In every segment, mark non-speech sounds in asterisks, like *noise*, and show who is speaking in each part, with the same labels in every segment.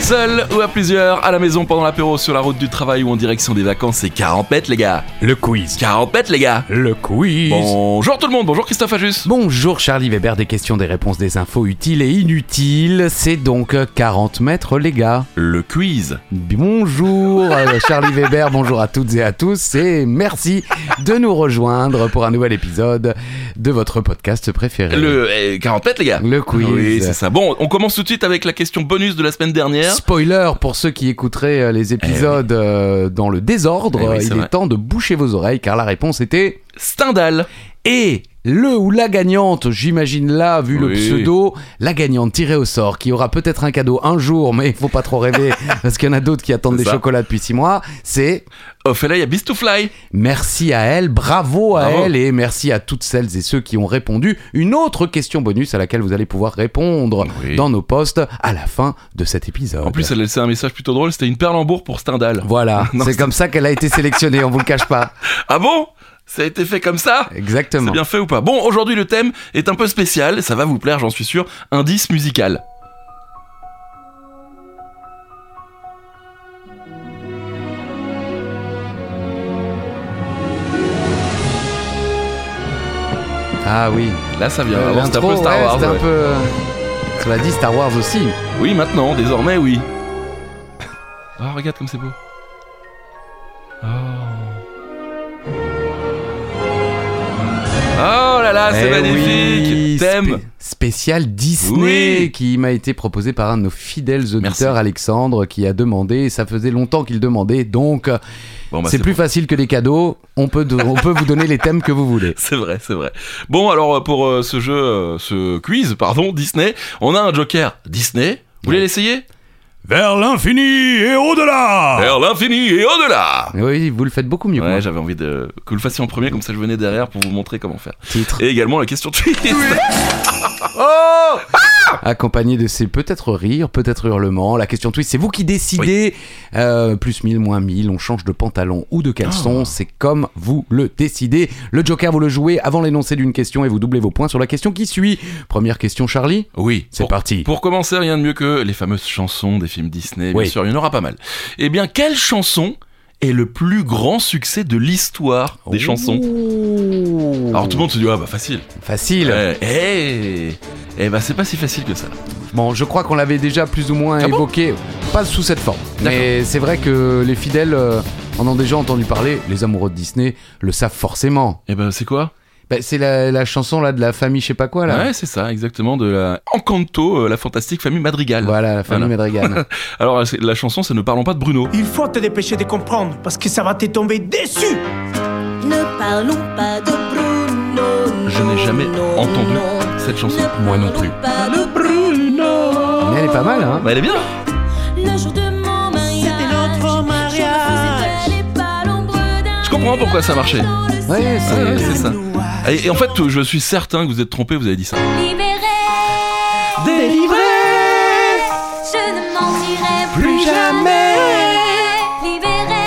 Speaker 1: Seul ou à plusieurs, à la maison pendant l'apéro, sur la route du travail ou en direction des vacances, c'est 40 mètres, les gars.
Speaker 2: Le quiz.
Speaker 1: 40 mètres, les gars.
Speaker 2: Le quiz.
Speaker 1: Bonjour tout le monde, bonjour Christophe Ajus.
Speaker 3: Bonjour Charlie Weber, des questions, des réponses, des infos utiles et inutiles. C'est donc 40 mètres les gars.
Speaker 1: Le quiz.
Speaker 3: Bonjour
Speaker 1: *laughs*
Speaker 3: euh, Charlie Weber, bonjour à toutes et à tous et merci de nous rejoindre pour un nouvel épisode de votre podcast préféré.
Speaker 1: Le euh, 40 mètres, les gars.
Speaker 3: Le quiz.
Speaker 1: Oui, c'est ça. Bon, on commence tout de suite avec la question bonus de la semaine dernière.
Speaker 3: Spoiler pour ceux qui écouteraient euh, les épisodes euh, dans le désordre,
Speaker 1: Eh oui, c'est
Speaker 3: il
Speaker 1: vrai.
Speaker 3: est temps de boucher vos oreilles car la réponse était
Speaker 1: Stendhal.
Speaker 3: Et le ou la gagnante, j'imagine là, vu le
Speaker 1: Oui.
Speaker 3: pseudo, la gagnante tirée au sort, qui aura peut-être un cadeau un jour, mais il faut pas
Speaker 1: *laughs*
Speaker 3: trop rêver, parce qu'il y en a d'autres qui attendent
Speaker 1: C'est
Speaker 3: des
Speaker 1: ça.
Speaker 3: chocolats depuis six mois, c'est
Speaker 1: Ophélie Oh, à Beast to Fly.
Speaker 3: merci à elle, bravo à
Speaker 1: Bravo.
Speaker 3: elle, et merci à toutes celles et ceux qui ont répondu. Une autre question bonus à laquelle vous allez pouvoir répondre
Speaker 1: Oui.
Speaker 3: dans nos posts à la fin de cet épisode.
Speaker 1: En plus, elle a laissé un message plutôt drôle, c'était une perle en bourre pour Stendhal.
Speaker 3: voilà,
Speaker 1: *laughs* Non,
Speaker 3: c'est
Speaker 1: c'est-
Speaker 3: comme ça qu'elle a été sélectionnée, on vous le cache pas.
Speaker 1: Ah bon Ça a été fait comme ça *laughs* C'est
Speaker 3: Exactement.
Speaker 1: bien fait ou pas Bon, aujourd'hui le thème est un peu spécial, ça va vous plaire, j'en suis sûr. Indice musical.
Speaker 3: Ah oui.
Speaker 1: Là, ça vient. Avant, c'était un
Speaker 3: L'intro,
Speaker 1: peu Star
Speaker 3: ouais,
Speaker 1: Wars.
Speaker 3: c'était un
Speaker 1: ouais.
Speaker 3: peu... euh, Cela dit, Star Wars aussi.
Speaker 1: Oui, maintenant, désormais, oui. Ah, regarde comme c'est beau. Oh. Oh là là, c'est
Speaker 3: Eh
Speaker 1: magnifique.
Speaker 3: oui,
Speaker 1: Thème.
Speaker 3: spé- spécial Disney
Speaker 1: Oui.
Speaker 3: qui m'a été proposé par un de nos fidèles auditeurs,
Speaker 1: Merci.
Speaker 3: Alexandre, qui a demandé. Ça faisait longtemps qu'il demandait, donc euh,
Speaker 1: Bon, bah,
Speaker 3: c'est plus facile que des cadeaux. On peut, do- on peut vous donner les thèmes que vous voulez.
Speaker 1: *laughs* C'est vrai, c'est vrai. Bon, alors euh, pour euh, ce jeu, euh, ce quiz, pardon, Disney, on a un Joker Disney. Vous voulez l'essayer
Speaker 2: Vers l'infini et
Speaker 3: Ah.
Speaker 2: au-delà.
Speaker 1: Vers l'infini et au-delà
Speaker 3: Oui, vous le faites beaucoup mieux. que
Speaker 1: Ouais,
Speaker 3: moi.
Speaker 1: j'avais envie de que vous le fassiez en premier, comme ça je venais derrière pour vous montrer comment faire.
Speaker 3: Titre
Speaker 1: Et également la question twist. *laughs*
Speaker 3: Oh Accompagné de ces peut-être rires, peut-être hurlements. La question twist, c'est vous qui décidez. Euh, plus 1000, moins 1000, on change de pantalon ou de caleçon.
Speaker 1: Ah.
Speaker 3: C'est comme vous le décidez. Le Joker, vous le jouez avant l'énoncé d'une question et vous doublez vos points sur la question qui suit. Première question, Charlie.
Speaker 1: Oui,
Speaker 3: C'est
Speaker 1: pour-
Speaker 3: parti.
Speaker 1: Pour commencer, rien de mieux que les fameuses chansons des films Disney. Bien
Speaker 3: Oui.
Speaker 1: sûr, il y en aura pas mal. Eh bien, quelle chanson est le plus grand succès de l'histoire
Speaker 3: Oh.
Speaker 1: des chansons
Speaker 3: Ouh.
Speaker 1: Alors tout le monde se dit ah bah facile.
Speaker 3: Facile.
Speaker 1: Ouais. Eh, eh bah c'est pas si facile que ça.
Speaker 3: Bon, je crois qu'on l'avait déjà plus ou moins
Speaker 1: Ah bon
Speaker 3: évoqué. pas sous cette forme.
Speaker 1: D'accord.
Speaker 3: Mais c'est vrai que les fidèles euh, en ont déjà entendu parler. Les amoureux de Disney le savent forcément.
Speaker 1: Eh ben c'est quoi
Speaker 3: Bah, c'est la, la chanson là de la famille, je sais pas quoi là.
Speaker 1: Ouais, c'est ça, exactement, de la Encanto, euh, la fantastique famille Madrigal.
Speaker 3: Voilà, la famille Madrigal.
Speaker 1: Alors, c'est- la chanson, c'est Ne parlons pas de Bruno.
Speaker 4: Il faut te dépêcher de comprendre parce que ça va te tomber dessus.
Speaker 5: Ne parlons pas de Bruno.
Speaker 1: Je n'ai jamais
Speaker 5: non,
Speaker 1: entendu
Speaker 5: non.
Speaker 1: cette chanson.
Speaker 5: Ne
Speaker 3: Moi non plus.
Speaker 5: parlons pas de
Speaker 3: Mais elle est pas mal, hein.
Speaker 1: Bah, elle est bien
Speaker 5: Bruno. Le jour de mon mariage.
Speaker 4: C'était notre mariage.
Speaker 5: Je me faisais belle et pas l'ombre d'un
Speaker 1: Je comprends pourquoi ça marchait.
Speaker 5: dans le
Speaker 3: Ouais,
Speaker 5: ciel.
Speaker 3: c'est-
Speaker 1: Ouais, c'est ça. Et, et en fait, je suis certain que vous êtes trompé, vous avez dit ça.
Speaker 5: Libérée,
Speaker 1: Délivré
Speaker 5: je ne mentirai plus, Libérée,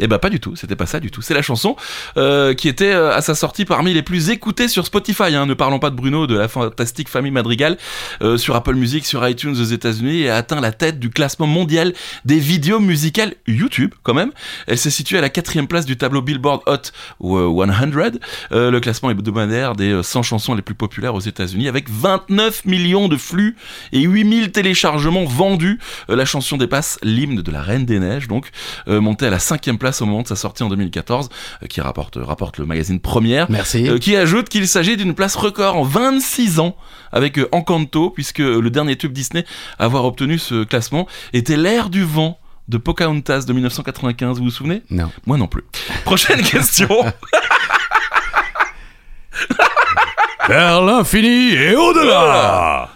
Speaker 1: Eh bah, pas du tout, c'était pas ça du tout. C'est la chanson euh, qui était euh, à sa sortie parmi les plus écoutées sur Spotify. hein. Ne parlons pas de Bruno, de la fantastique famille Madrigal, euh, sur Apple Music, sur iTunes aux États-Unis et a atteint la tête du classement mondial des vidéos musicales YouTube, quand même. Elle s'est située à la quatrième place du tableau Billboard Hot 100, euh, le classement hebdomadaire des euh, 100 chansons les plus populaires aux États-Unis, avec 29 millions de flux et 8000 téléchargements vendus. Euh, la chanson dépasse l'hymne de la Reine des Neiges, donc euh, montée à la cinquième place au moment de sa sortie en 2014, euh, qui rapporte, rapporte le magazine Première.
Speaker 3: Merci.
Speaker 1: Euh, qui ajoute qu'il s'agit d'une place record en 26 ans avec euh, Encanto, puisque le dernier tube Disney à avoir obtenu ce classement était L'air du vent de Pocahontas de 1995, vous vous souvenez
Speaker 3: Non.
Speaker 1: Moi non plus.
Speaker 3: *laughs*
Speaker 1: Prochaine question
Speaker 2: Vers l'infini et au-delà.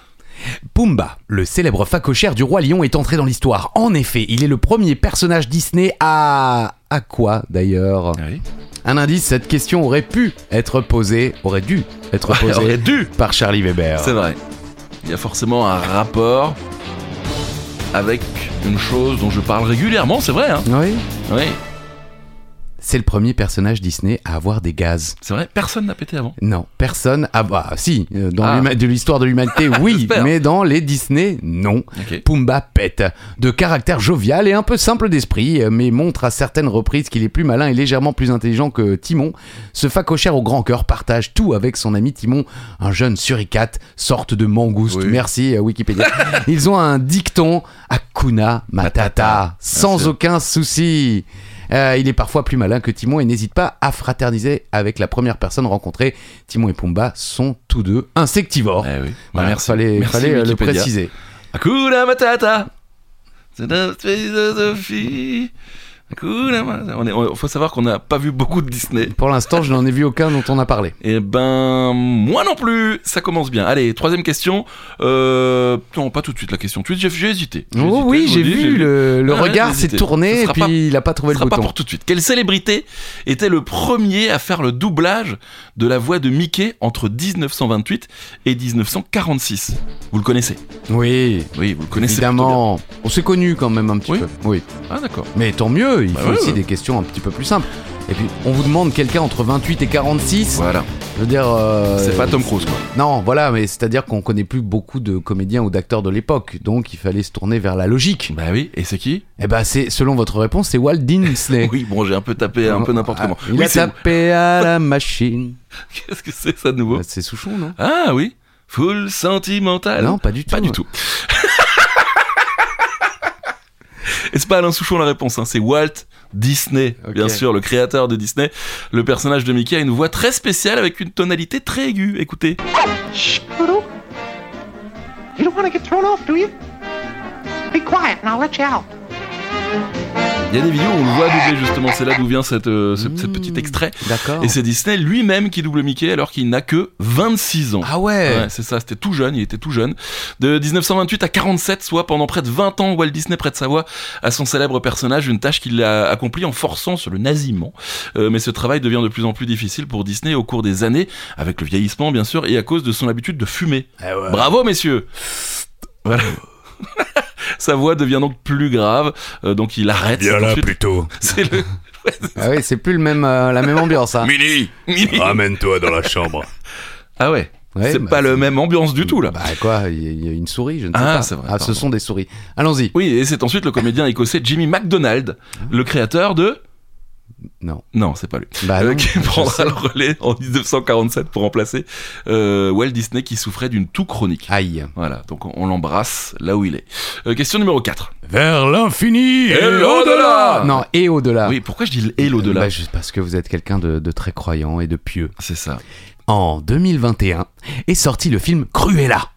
Speaker 3: Pumba, le célèbre facochère du roi lion, est entré dans l'histoire. En effet, il est le premier personnage Disney à. À quoi d'ailleurs
Speaker 1: *laughs* Oui.
Speaker 3: Un indice, cette question aurait pu être posée, aurait dû être posée
Speaker 1: Aurait dû
Speaker 3: par Charlie Weber.
Speaker 1: C'est vrai. Il y a forcément un rapport avec une chose dont je parle régulièrement, c'est vrai, hein
Speaker 3: Oui
Speaker 1: Oui.
Speaker 3: c'est le premier personnage Disney à avoir des gaz.
Speaker 1: C'est vrai, personne n'a pété avant.
Speaker 3: Non, personne. Ah bah si, euh, dans
Speaker 1: Ah.
Speaker 3: l'huma- de l'histoire de
Speaker 1: *laughs*
Speaker 3: l'humanité, oui,
Speaker 1: J'espère.
Speaker 3: mais dans les Disney, non.
Speaker 1: Ok.
Speaker 3: Pumba pète. De caractère jovial et un peu simple d'esprit, euh, mais montre à certaines reprises qu'il est plus malin et légèrement plus intelligent que Timon. Ce facochère au grand cœur partage tout avec son ami Timon, un jeune suricate, sorte de mangouste.
Speaker 1: Oui.
Speaker 3: Merci
Speaker 1: *laughs*
Speaker 3: euh, Wikipédia. Ils ont un dicton Hakuna Matata, sans
Speaker 1: sûr.
Speaker 3: aucun souci. Euh, il est parfois plus malin que Timon et n'hésite pas à fraterniser avec la première personne rencontrée. Timon et Pumba sont tous deux insectivores.
Speaker 1: Eh oui. Bah,
Speaker 3: Voilà,
Speaker 1: merci.
Speaker 3: fallait,
Speaker 1: Merci,
Speaker 3: fallait, euh, le
Speaker 1: Wikipédia.
Speaker 3: préciser.
Speaker 1: Hakuna Matata. C'est notre philosophie. Hakuna Matata. On est, on- faut savoir qu'on n'a pas vu beaucoup de Disney.
Speaker 3: Pour l'instant, je n'en ai vu aucun dont on a parlé.
Speaker 1: Eh ben, moi non plus. Ça commence bien. Allez, troisième question. Euh, non, pas tout de suite la question. Tout de suite, j'ai j'ai hésité. hésité,
Speaker 3: Oh
Speaker 1: je
Speaker 3: oui,
Speaker 1: vous
Speaker 3: j'ai
Speaker 1: dis,
Speaker 3: vu, le, le
Speaker 1: Ouais,
Speaker 3: regard
Speaker 1: j'ai
Speaker 3: s'est
Speaker 1: hésité.
Speaker 3: tourné
Speaker 1: Ce
Speaker 3: et
Speaker 1: sera
Speaker 3: puis
Speaker 1: pas-
Speaker 3: il n'a pas trouvé
Speaker 1: Ce
Speaker 3: le
Speaker 1: sera pas
Speaker 3: bouton.
Speaker 1: pour tout de suite. Quelle célébrité était le premier à faire le doublage de la voix de Mickey entre 1928 et 1946 Vous le connaissez
Speaker 3: Oui,
Speaker 1: Oui, vous le connaissez. plutôt
Speaker 3: évidemment. On s'est connus quand même un petit
Speaker 1: Oui.
Speaker 3: peu. Oui.
Speaker 1: bien. Ah d'accord.
Speaker 3: Mais tant mieux, il
Speaker 1: Bah
Speaker 3: faut
Speaker 1: ouais,
Speaker 3: aussi
Speaker 1: ouais.
Speaker 3: des questions un petit peu plus simples. Et puis, on vous demande quelqu'un entre 28 et 46.
Speaker 1: Voilà.
Speaker 3: Je veux dire. euh,
Speaker 1: C'est pas Tom Cruise quoi.
Speaker 3: Non, voilà, mais c'est-à-dire qu'on connaît plus beaucoup de comédiens ou d'acteurs de l'époque. Donc, il fallait se tourner vers la logique.
Speaker 1: Bah oui. Et c'est qui
Speaker 3: Eh ben, c'est, selon votre réponse, c'est Walt Disney.
Speaker 1: *laughs* Oui, bon, j'ai un peu tapé un peu n'importe
Speaker 3: Ah,
Speaker 1: comment.
Speaker 3: Il
Speaker 1: Oui,
Speaker 3: a
Speaker 1: c'est-
Speaker 3: tapé à la machine.
Speaker 1: *laughs* Qu'est-ce que c'est ça de nouveau
Speaker 3: Bah, c'est Souchon, non
Speaker 1: Ah oui, full sentimental.
Speaker 3: Non, pas du tout. hein.
Speaker 1: pas du tout. *laughs* Et c'est pas Alain Souchon la réponse, hein, c'est Walt Disney,
Speaker 3: Ok.
Speaker 1: bien sûr, le créateur de Disney. Le personnage de Mickey a une voix très spéciale avec une tonalité très aiguë. Écoutez.
Speaker 6: Shh, poodle. You don't want to get thrown off, do you? Be quiet, and I'll let you out.
Speaker 1: Il y a des vidéos où on le voit doubler justement, c'est là d'où vient cette, euh, ce,
Speaker 3: Mmh.
Speaker 1: cette petit extrait.
Speaker 3: D'accord.
Speaker 1: Et c'est Disney lui-même qui double Mickey alors qu'il n'a que 26 ans.
Speaker 3: Ah ouais.
Speaker 1: Ouais, c'est ça, c'était tout jeune, il était tout jeune. De 1928 à 47, soit pendant près de 20 ans, Walt Disney prête sa voix à son célèbre personnage, une tâche qu'il a accomplie en forçant sur le naziment. Euh, mais ce travail devient de plus en plus difficile pour Disney au cours des années, avec le vieillissement bien sûr, et à cause de son habitude de fumer.
Speaker 3: Eh ouais.
Speaker 1: Bravo messieurs Voilà. *laughs* Sa voix devient donc plus grave, euh, donc il arrête.
Speaker 2: Viens là
Speaker 1: Ensuite,
Speaker 2: plutôt.
Speaker 1: *laughs* c'est
Speaker 3: *laughs*
Speaker 1: le...
Speaker 3: Ah oui, c'est plus le même, euh, la même ambiance. Hein.
Speaker 2: Mini, ramène-toi dans la chambre.
Speaker 1: Ah ouais,
Speaker 3: Ouais,
Speaker 1: c'est
Speaker 3: bah,
Speaker 1: pas le même ambiance du tout là.
Speaker 3: Bah quoi, il y a- il y, a une souris, je ne sais
Speaker 1: Ah,
Speaker 3: pas.
Speaker 1: c'est vrai,
Speaker 3: ah, ce
Speaker 1: pardon.
Speaker 3: sont des souris. Allons-y.
Speaker 1: Oui, et c'est ensuite le comédien écossais Jimmy MacDonald,
Speaker 3: Hein
Speaker 1: le créateur de...
Speaker 3: Non.
Speaker 1: Non, c'est pas lui.
Speaker 3: Bah,
Speaker 1: Euh,
Speaker 3: non,
Speaker 1: qui
Speaker 3: je
Speaker 1: prendra
Speaker 3: sais.
Speaker 1: le relais en 1947 pour remplacer euh, Walt Disney qui souffrait d'une toux chronique.
Speaker 3: Aïe.
Speaker 1: Voilà, donc on, on l'embrasse là où il est. Euh, question numéro 4.
Speaker 2: Vers l'infini et
Speaker 1: Hello de
Speaker 2: l'au-delà.
Speaker 1: Ah.
Speaker 3: Non, et au-delà.
Speaker 1: Oui, pourquoi je dis le- et l'au-delà
Speaker 3: Bah, je- parce que vous êtes quelqu'un de, de très croyant et de pieux.
Speaker 1: C'est ça.
Speaker 3: En 2021 est sorti le film Cruella.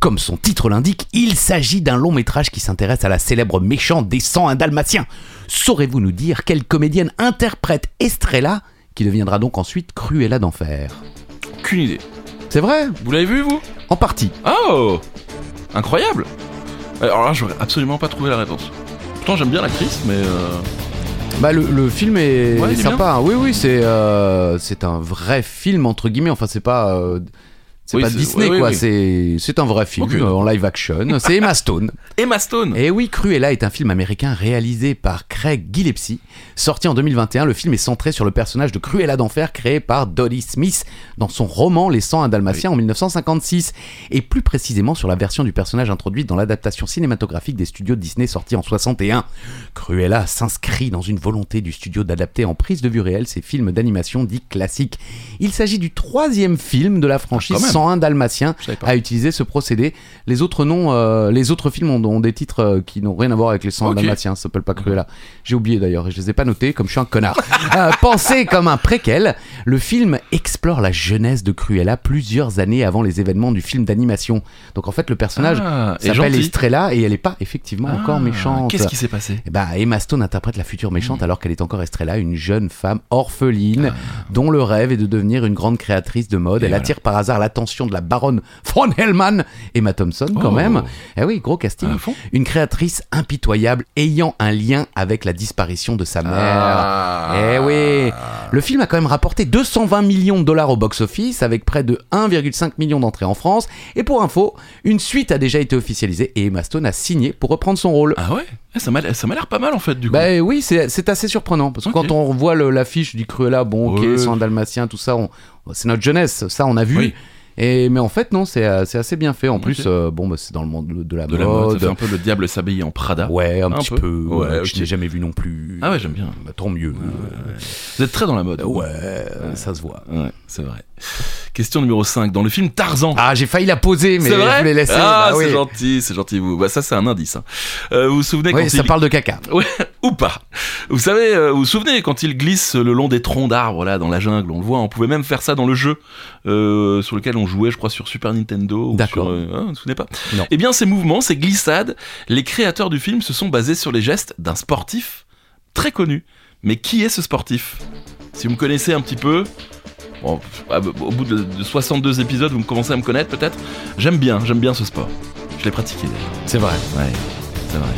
Speaker 3: Comme son titre l'indique, il s'agit d'un long métrage qui s'intéresse à la célèbre méchante des 101 Dalmatiens. Saurez-vous nous dire quelle comédienne interprète Estrella, qui deviendra donc ensuite Cruella d'enfer
Speaker 1: Aucune idée.
Speaker 3: C'est vrai,
Speaker 1: Vous l'avez vu, vous
Speaker 3: en partie.
Speaker 1: Oh Incroyable Alors là, j'aurais absolument pas trouvé la réponse. Pourtant, j'aime bien l'actrice, mais. euh,
Speaker 3: Bah le, le film est,
Speaker 1: Ouais,
Speaker 3: est
Speaker 1: il est
Speaker 3: sympa. hein. Oui oui c'est euh, c'est un vrai film entre guillemets. Enfin c'est pas euh, c'est
Speaker 1: Oui,
Speaker 3: pas
Speaker 1: c'est-
Speaker 3: Disney
Speaker 1: oui, oui,
Speaker 3: quoi.
Speaker 1: oui.
Speaker 3: C'est c'est un vrai film
Speaker 1: Ok.
Speaker 3: euh, en live action. C'est Emma Stone.
Speaker 1: Emma Stone
Speaker 3: Et Eh oui Cruella est un film américain réalisé par Craig Gillespie. Sorti en 2021, le film est centré sur le personnage de Cruella d'enfer créé par Dolly Smith dans son roman Les 101 Dalmatiens en 1956 et plus précisément sur la version du personnage introduite dans l'adaptation cinématographique des studios Disney sortie en 61. Cruella s'inscrit dans une volonté du studio d'adapter en prise de vue réelle ces films d'animation dits classiques. Il s'agit du troisième film de la franchise
Speaker 1: Ah, quand même.
Speaker 3: 101 Dalmatiens
Speaker 1: Je savais pas.
Speaker 3: à utiliser ce procédé. Les autres noms, euh, les autres films ont, ont des titres euh, qui n'ont rien à voir avec les 101
Speaker 1: Ok.
Speaker 3: Dalmatiens. Ça s'appelle pas Cruella. J'ai oublié d'ailleurs et je les ai pas notés comme je suis un connard. *laughs* Euh, pensé comme un préquel, le film explore la jeunesse de Cruella plusieurs années avant les événements du film d'animation. Donc en fait, le personnage
Speaker 1: Ah, et
Speaker 3: s'appelle
Speaker 1: gentille.
Speaker 3: Estrella et elle est pas effectivement encore
Speaker 1: Ah,
Speaker 3: méchante.
Speaker 1: Qu'est-ce qui s'est passé
Speaker 3: Eh ben, Emma Stone interprète la future
Speaker 1: Mm.
Speaker 3: méchante alors qu'elle est encore Estrella, une jeune femme orpheline dont le rêve est de devenir une grande créatrice de mode.
Speaker 1: Ah. Et
Speaker 3: Elle
Speaker 1: voilà.
Speaker 3: attire par hasard l'attention de la baronne von Hellman, Emma Thompson quand
Speaker 1: Oh. Ah.
Speaker 3: même. Eh oui, gros casting.
Speaker 1: À fond
Speaker 3: Une créatrice impitoyable ayant euh,
Speaker 1: Ah.
Speaker 3: un lien avec la disparition de sa mère. Eh oui. Le film a quand même rapporté 2,5 220 millions de dollars au box-office avec près de 1,5 million d'entrées en France. Et pour info, une suite a déjà été officialisée et Emma Stone a signé pour reprendre son rôle.
Speaker 1: Ah ouais Eh, Ça m'a l'air ça m'a l'air pas mal en fait du coup.
Speaker 3: Bah oui, c'est c'est assez surprenant parce que
Speaker 1: Ok.
Speaker 3: quand on voit le- l'affiche du Cruella, bon, ok,
Speaker 1: Ouais.
Speaker 3: c'est un dalmatien, tout ça, on- c'est notre jeunesse, ça on a vu.
Speaker 1: Oui.
Speaker 3: Et, mais en fait, non, c'est euh, c'est assez bien fait. En
Speaker 1: Ok.
Speaker 3: plus, euh, bon, bah, c'est dans le monde de la
Speaker 1: de la mode, ça
Speaker 3: mode.
Speaker 1: fait un peu le diable s'habiller en Prada.
Speaker 3: Ouais, un,
Speaker 1: Un
Speaker 3: petit
Speaker 1: peu.
Speaker 3: peu.
Speaker 1: Ouais,
Speaker 3: ouais,
Speaker 1: ok.
Speaker 3: Je n'ai jamais vu non plus.
Speaker 1: Ah ouais, j'aime bien.
Speaker 3: Bah, tant mieux.
Speaker 1: Vous êtes très dans la mode.
Speaker 3: Euh, Ouais, ça se voit.
Speaker 1: Ouais, c'est vrai. Question numéro 5. Dans le film Tarzan.
Speaker 3: Ah, j'ai failli la poser, mais
Speaker 1: c'est vrai
Speaker 3: je l'ai laissée.
Speaker 1: Ah,
Speaker 3: bah
Speaker 1: c'est
Speaker 3: oui.
Speaker 1: gentil, c'est gentil. Vous. Bah, ça, c'est un indice. hein. Euh, vous vous souvenez
Speaker 3: Oui,
Speaker 1: quand
Speaker 3: ça
Speaker 1: il...
Speaker 3: parle de caca.
Speaker 1: Ouais, ou pas. Vous savez, euh, vous vous souvenez quand il glisse le long des troncs d'arbres là dans la jungle, on le voit, on pouvait même faire ça dans le jeu euh, sur lequel on jouait, je crois, sur Super Nintendo. ou
Speaker 3: D'accord.
Speaker 1: sur, euh, hein, vous vous souvenez pas
Speaker 3: Non.
Speaker 1: Eh bien, ces mouvements, ces glissades, les créateurs du film se sont basés sur les gestes d'un sportif très connu. Mais qui est ce sportif Si vous me connaissez un petit peu. bon, pff, ah, bah, au bout de, de 62 épisodes, vous me commencez à me connaître peut-être. J'aime bien, j'aime bien ce sport. Je l'ai pratiqué déjà.
Speaker 3: C'est vrai.
Speaker 1: Ouais, c'est vrai.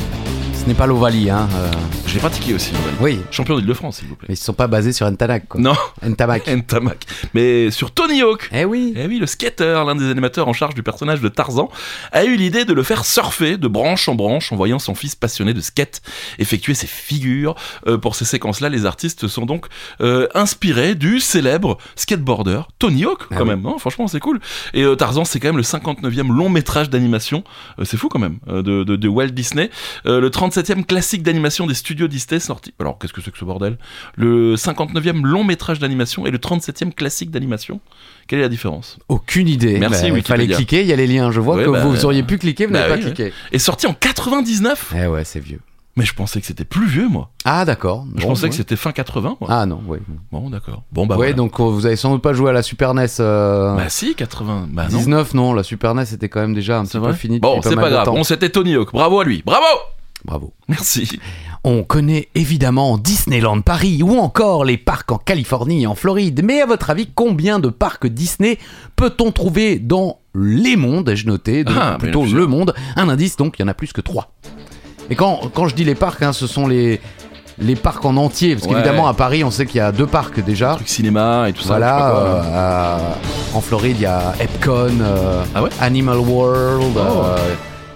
Speaker 3: Ce n'est pas l'Ovalie, hein. euh,
Speaker 1: Je l'ai pratiqué aussi. Noël.
Speaker 3: Oui,
Speaker 1: Champion d'Île-de-France, s'il vous plaît.
Speaker 3: mais ils se sont pas basés sur Ntanak, quoi.
Speaker 1: Non, *laughs*
Speaker 3: Ntamak.
Speaker 1: Ntamak. Mais sur Tony Hawk.
Speaker 3: Eh oui.
Speaker 1: Eh oui, le skater, l'un des animateurs en charge du personnage de Tarzan, a eu l'idée de le faire surfer de branche en branche en voyant son fils passionné de skate effectuer ses figures. Euh, pour ces séquences-là, les artistes sont donc euh, inspirés du célèbre skateboarder Tony Hawk, quand
Speaker 3: Ah oui.
Speaker 1: même. hein. Franchement, c'est cool. Et euh, Tarzan, c'est quand même le 59e long métrage d'animation, euh, c'est fou quand même, euh, de, de- de Walt Disney. Euh, le 37e classique d'animation des studios Disney sorti. Alors, qu'est-ce que c'est que ce bordel Le 59e long métrage d'animation et le 37e classique d'animation. Quelle est la différence
Speaker 3: Aucune idée.
Speaker 1: Merci,
Speaker 3: il fallait
Speaker 1: Wikipédia.
Speaker 3: cliquer, il y a les liens. Je vois
Speaker 1: Ouais,
Speaker 3: que
Speaker 1: bah,
Speaker 3: vous auriez pu cliquer, vous
Speaker 1: bah
Speaker 3: n'avez
Speaker 1: oui,
Speaker 3: pas cliqué.
Speaker 1: est sorti en 99
Speaker 3: Eh ouais, c'est vieux.
Speaker 1: Mais je pensais que c'était plus vieux, moi.
Speaker 3: Ah d'accord.
Speaker 1: Je
Speaker 3: Bon,
Speaker 1: pensais
Speaker 3: ouais.
Speaker 1: que c'était fin 80, moi.
Speaker 3: Ah non, oui.
Speaker 1: Bon, d'accord. Bon, bah voilà.
Speaker 3: ouais, donc euh, vous avez sans doute pas joué à la Super NES. euh,
Speaker 1: Bah si, 80. Bah non.
Speaker 3: 19, non. la Super NES était quand même déjà un petit peu finie. depuis
Speaker 1: Bon, c'est
Speaker 3: mal
Speaker 1: pas
Speaker 3: de
Speaker 1: grave.
Speaker 3: temps.
Speaker 1: Bon, c'était Tony Hawk. Bravo à lui. Bravo *laughs*
Speaker 3: Bravo.
Speaker 1: Merci.
Speaker 3: On connaît évidemment Disneyland Paris ou encore les parcs en Californie et en Floride, mais à votre avis, combien de parcs Disney peut-on trouver dans les mondes Ai-je noté donc
Speaker 1: Ah, mais il y en
Speaker 3: plutôt
Speaker 1: a plusieurs.
Speaker 3: le monde. Un indice, donc il y en a plus que trois. Et quand, quand je dis les parcs, hein, ce sont les, les parcs en entier, parce
Speaker 1: Ouais.
Speaker 3: qu'évidemment à Paris, on sait qu'il y a deux parcs déjà.
Speaker 1: Truc cinéma et tout ça. je sais
Speaker 3: Voilà,
Speaker 1: pas quoi.
Speaker 3: euh, à- en Floride, il y a Epcon, euh,
Speaker 1: Ah ouais Oh.
Speaker 3: Animal World, euh,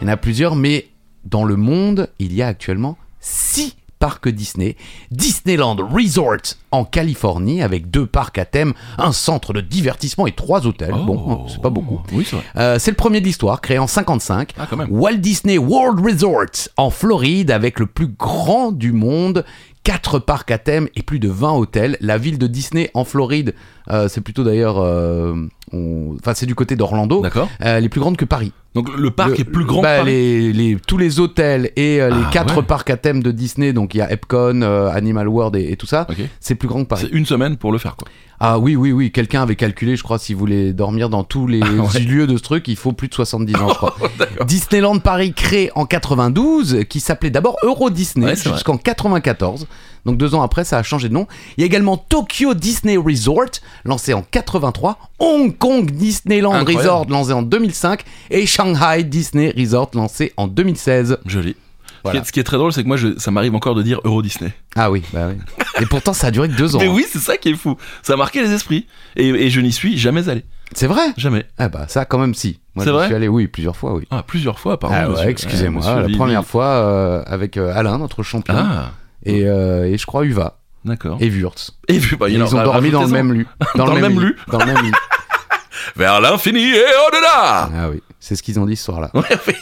Speaker 3: il y en a plusieurs, mais dans le monde, il y a actuellement 6 parcs Disney. Disneyland Resort en Californie, avec deux parcs à thème, un centre de divertissement et trois hôtels.
Speaker 1: Oh.
Speaker 3: Bon, c'est pas beaucoup.
Speaker 1: Oui, c'est vrai.
Speaker 3: Euh, c'est le premier de l'histoire, créé en 55.
Speaker 1: Ah, quand même.
Speaker 3: Walt Disney World Resort en Floride avec le plus grand du monde. 4 parcs à thème et plus de 20 hôtels. La ville de Disney en Floride, euh, c'est plutôt d'ailleurs. euh, on- Enfin, c'est du côté d'Orlando.
Speaker 1: D'accord.
Speaker 3: Euh, elle est plus grande que Paris.
Speaker 1: Donc le parc
Speaker 3: Le-
Speaker 1: est plus grand
Speaker 3: bah,
Speaker 1: que Paris.
Speaker 3: les, les- Tous les hôtels et euh, les
Speaker 1: Ah,
Speaker 3: 4
Speaker 1: ouais.
Speaker 3: parcs à thème de Disney, donc il y a Epcon, euh, Animal World et, et tout ça,
Speaker 1: Ok.
Speaker 3: c'est plus grand que Paris.
Speaker 1: C'est une semaine pour le faire, quoi.
Speaker 3: Ah oui, oui, oui, quelqu'un avait calculé, je crois, si vous voulez dormir dans tous
Speaker 1: Ah
Speaker 3: les *laughs* lieux de ce truc, il faut plus de 70 ans,
Speaker 1: *laughs*
Speaker 3: je crois.
Speaker 1: Oh,
Speaker 3: Disneyland Paris créé en 92, qui s'appelait d'abord Euro Disney
Speaker 1: Ouais, c'est vrai.
Speaker 3: jusqu'en 94. Donc deux ans après, ça a changé de nom. Il y a également Tokyo Disney Resort, lancé en 83, Hong Kong Disneyland
Speaker 1: Incroyable.
Speaker 3: Resort, lancé en 2005, et Shanghai Disney Resort, lancé en 2016.
Speaker 1: Joli.
Speaker 3: Voilà.
Speaker 1: Ce, qui est, ce qui est très drôle, c'est que moi, je- ça m'arrive encore de dire Euro Disney.
Speaker 3: Ah oui, bah oui. Et pourtant, ça a duré que deux
Speaker 1: *laughs*
Speaker 3: ans. hein.
Speaker 1: Mais oui, c'est ça qui est fou. Ça a marqué les esprits. Et, et je n'y suis jamais allé.
Speaker 3: C'est vrai
Speaker 1: Jamais.
Speaker 3: Ah bah ça, quand même, si. Moi,
Speaker 1: C'est
Speaker 3: je
Speaker 1: vrai
Speaker 3: suis allé, oui, plusieurs fois, oui.
Speaker 1: Ah, plusieurs fois, apparemment.
Speaker 3: Ah
Speaker 1: monsieur.
Speaker 3: ouais, excusez-moi,
Speaker 1: Ouais, monsieur
Speaker 3: la
Speaker 1: Vivi.
Speaker 3: première fois euh, avec euh, Alain, notre champion,
Speaker 1: Ah,
Speaker 3: et, euh, et je crois Uva
Speaker 1: d'accord.
Speaker 3: et Wurtz.
Speaker 1: Et puis, bah,
Speaker 3: Et
Speaker 1: il y en a-
Speaker 3: ils ont dormi dans le
Speaker 1: rajoutez-en. *laughs*
Speaker 3: même lit.
Speaker 1: Dans le même lit.
Speaker 3: Dans le même lit.
Speaker 1: Vers l'infini et au-delà
Speaker 3: Ah oui, c'est ce qu'ils ont dit ce soir-là.
Speaker 1: Ouais, oui.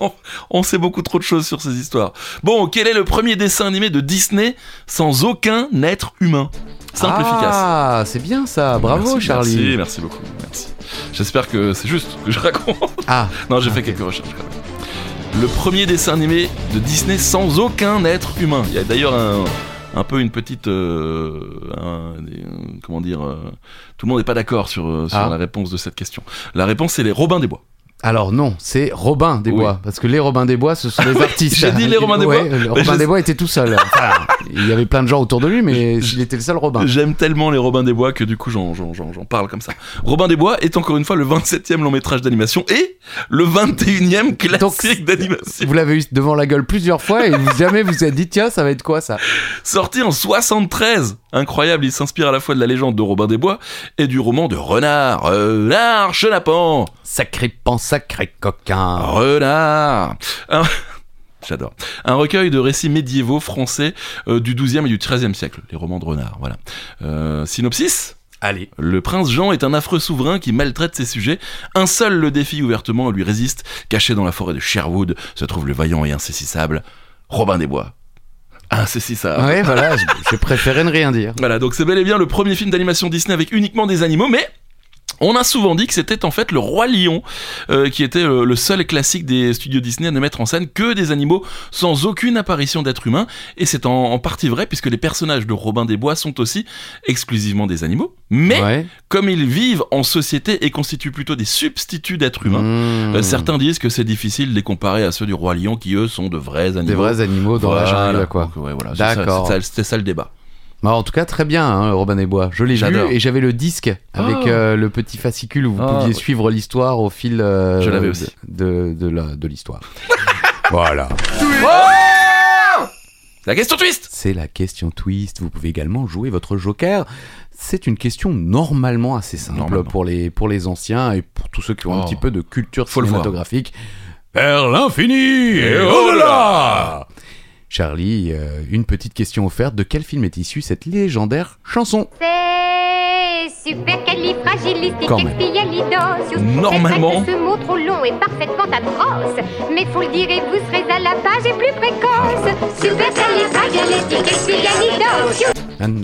Speaker 1: on, on sait beaucoup trop de choses sur ces histoires. Bon, quel est le premier dessin animé de Disney sans aucun être humain Simple, efficace.
Speaker 3: Ah, c'est bien ça, bravo
Speaker 1: Merci,
Speaker 3: Charlie.
Speaker 1: Merci, merci beaucoup. Merci. J'espère que c'est juste ce que je raconte.
Speaker 3: Ah,
Speaker 1: Non, j'ai fait
Speaker 3: Ok.
Speaker 1: quelques recherches quand même. Le premier dessin animé de Disney sans aucun être humain. Il y a d'ailleurs un, un peu une petite. euh, un- des- un- comment dire euh, Tout le monde n'est pas d'accord sur, euh, sur
Speaker 3: Ah.
Speaker 1: la réponse de cette question. La réponse, c'est les Robins des Bois.
Speaker 3: Alors non, c'est Robin des
Speaker 1: Oui.
Speaker 3: Bois, parce que les Robin des Bois, ce
Speaker 1: *laughs*
Speaker 3: sont des artistes.
Speaker 1: j'ai dit les Robin des Bois.
Speaker 3: Ouais, le
Speaker 1: Mais
Speaker 3: Robin
Speaker 1: je-
Speaker 3: des Bois était tout seul. Enfin, il y avait plein de gens autour de lui, mais
Speaker 1: Je-
Speaker 3: il était le seul Robin.
Speaker 1: J'aime tellement les Robin des Bois que du coup j'en, j'en, j'en, j'en parle comme ça. Robin des Bois est encore une fois le 27e long métrage d'animation et le 21e classique d'animation.
Speaker 3: Vous l'avez eu devant la gueule plusieurs fois et
Speaker 1: *laughs*
Speaker 3: vous- jamais vous vous êtes dit tiens ça va être quoi ça
Speaker 1: Sorti en 73. Incroyable, il s'inspire à la fois de la légende de Robin des Bois et du roman de Renard. Renard Chenapan.
Speaker 3: Sacré pan, sacré
Speaker 1: Ah
Speaker 3: coquin.
Speaker 1: Renard Un- *laughs* J'adore. Un recueil de récits médiévaux français euh, du 12e et du 13e siècle, les romans de Renard, voilà. Euh, synopsis
Speaker 3: Allez.
Speaker 1: le prince Jean est un affreux souverain qui maltraite ses sujets. Un seul le défie ouvertement et lui résiste. Caché dans la forêt de Sherwood se trouve le vaillant et insaisissable Robin des Bois. Insaisissable.
Speaker 3: Ah Ouais voilà, j- j'ai préféré ne rien dire.
Speaker 1: Voilà, donc c'est bel et bien le premier film d'animation Disney avec uniquement des animaux, mais on a souvent dit que c'était en fait le roi lion euh, qui était euh, le seul classique des studios Disney à ne mettre en scène que des animaux sans aucune apparition d'être humain et c'est en, en partie vrai puisque les personnages de Robin des Bois sont aussi exclusivement des animaux mais
Speaker 3: Ouais.
Speaker 1: comme ils vivent en société et constituent plutôt des substituts d'êtres humains
Speaker 3: Mmh.
Speaker 1: euh, certains disent que c'est difficile de les comparer à ceux du roi lion qui eux sont de vrais animaux
Speaker 3: des vrais animaux dans la
Speaker 1: Voilà.
Speaker 3: jungle quoi.
Speaker 1: Donc, ouais, voilà, c'est ça-
Speaker 3: D'accord.
Speaker 1: c'est ça- c'était ça le débat
Speaker 3: Bah, en tout cas, très bien, hein, Robin des Bois. Je l'ai vu
Speaker 1: J'adore.
Speaker 3: et j'avais le disque avec
Speaker 1: Oh.
Speaker 3: euh, le petit fascicule où vous
Speaker 1: Ah,
Speaker 3: pouviez
Speaker 1: ouais.
Speaker 3: suivre l'histoire au fil euh,
Speaker 1: Je l'avais aussi.
Speaker 3: de, de la- de l'histoire.
Speaker 2: Voilà.
Speaker 1: Oh la question twist
Speaker 3: C'est la question twist. Vous pouvez également jouer votre joker. C'est une question normalement assez simple
Speaker 1: Normalement.
Speaker 3: Pour, les, pour les anciens et pour tous ceux qui ont un
Speaker 1: Oh.
Speaker 3: petit peu de culture
Speaker 1: Faut le voir.
Speaker 3: cinématographique.
Speaker 2: Vers l'infini
Speaker 3: Eh,
Speaker 2: et au-delà
Speaker 3: oh Charlie, euh, une petite question offerte. De quel film est issue cette légendaire chanson
Speaker 7: C'est super
Speaker 3: Quand même.
Speaker 1: Normalement.
Speaker 7: Ce mot trop long est parfaitement atroce. Mais faut le dire et vous serez à la page et plus précoce. Super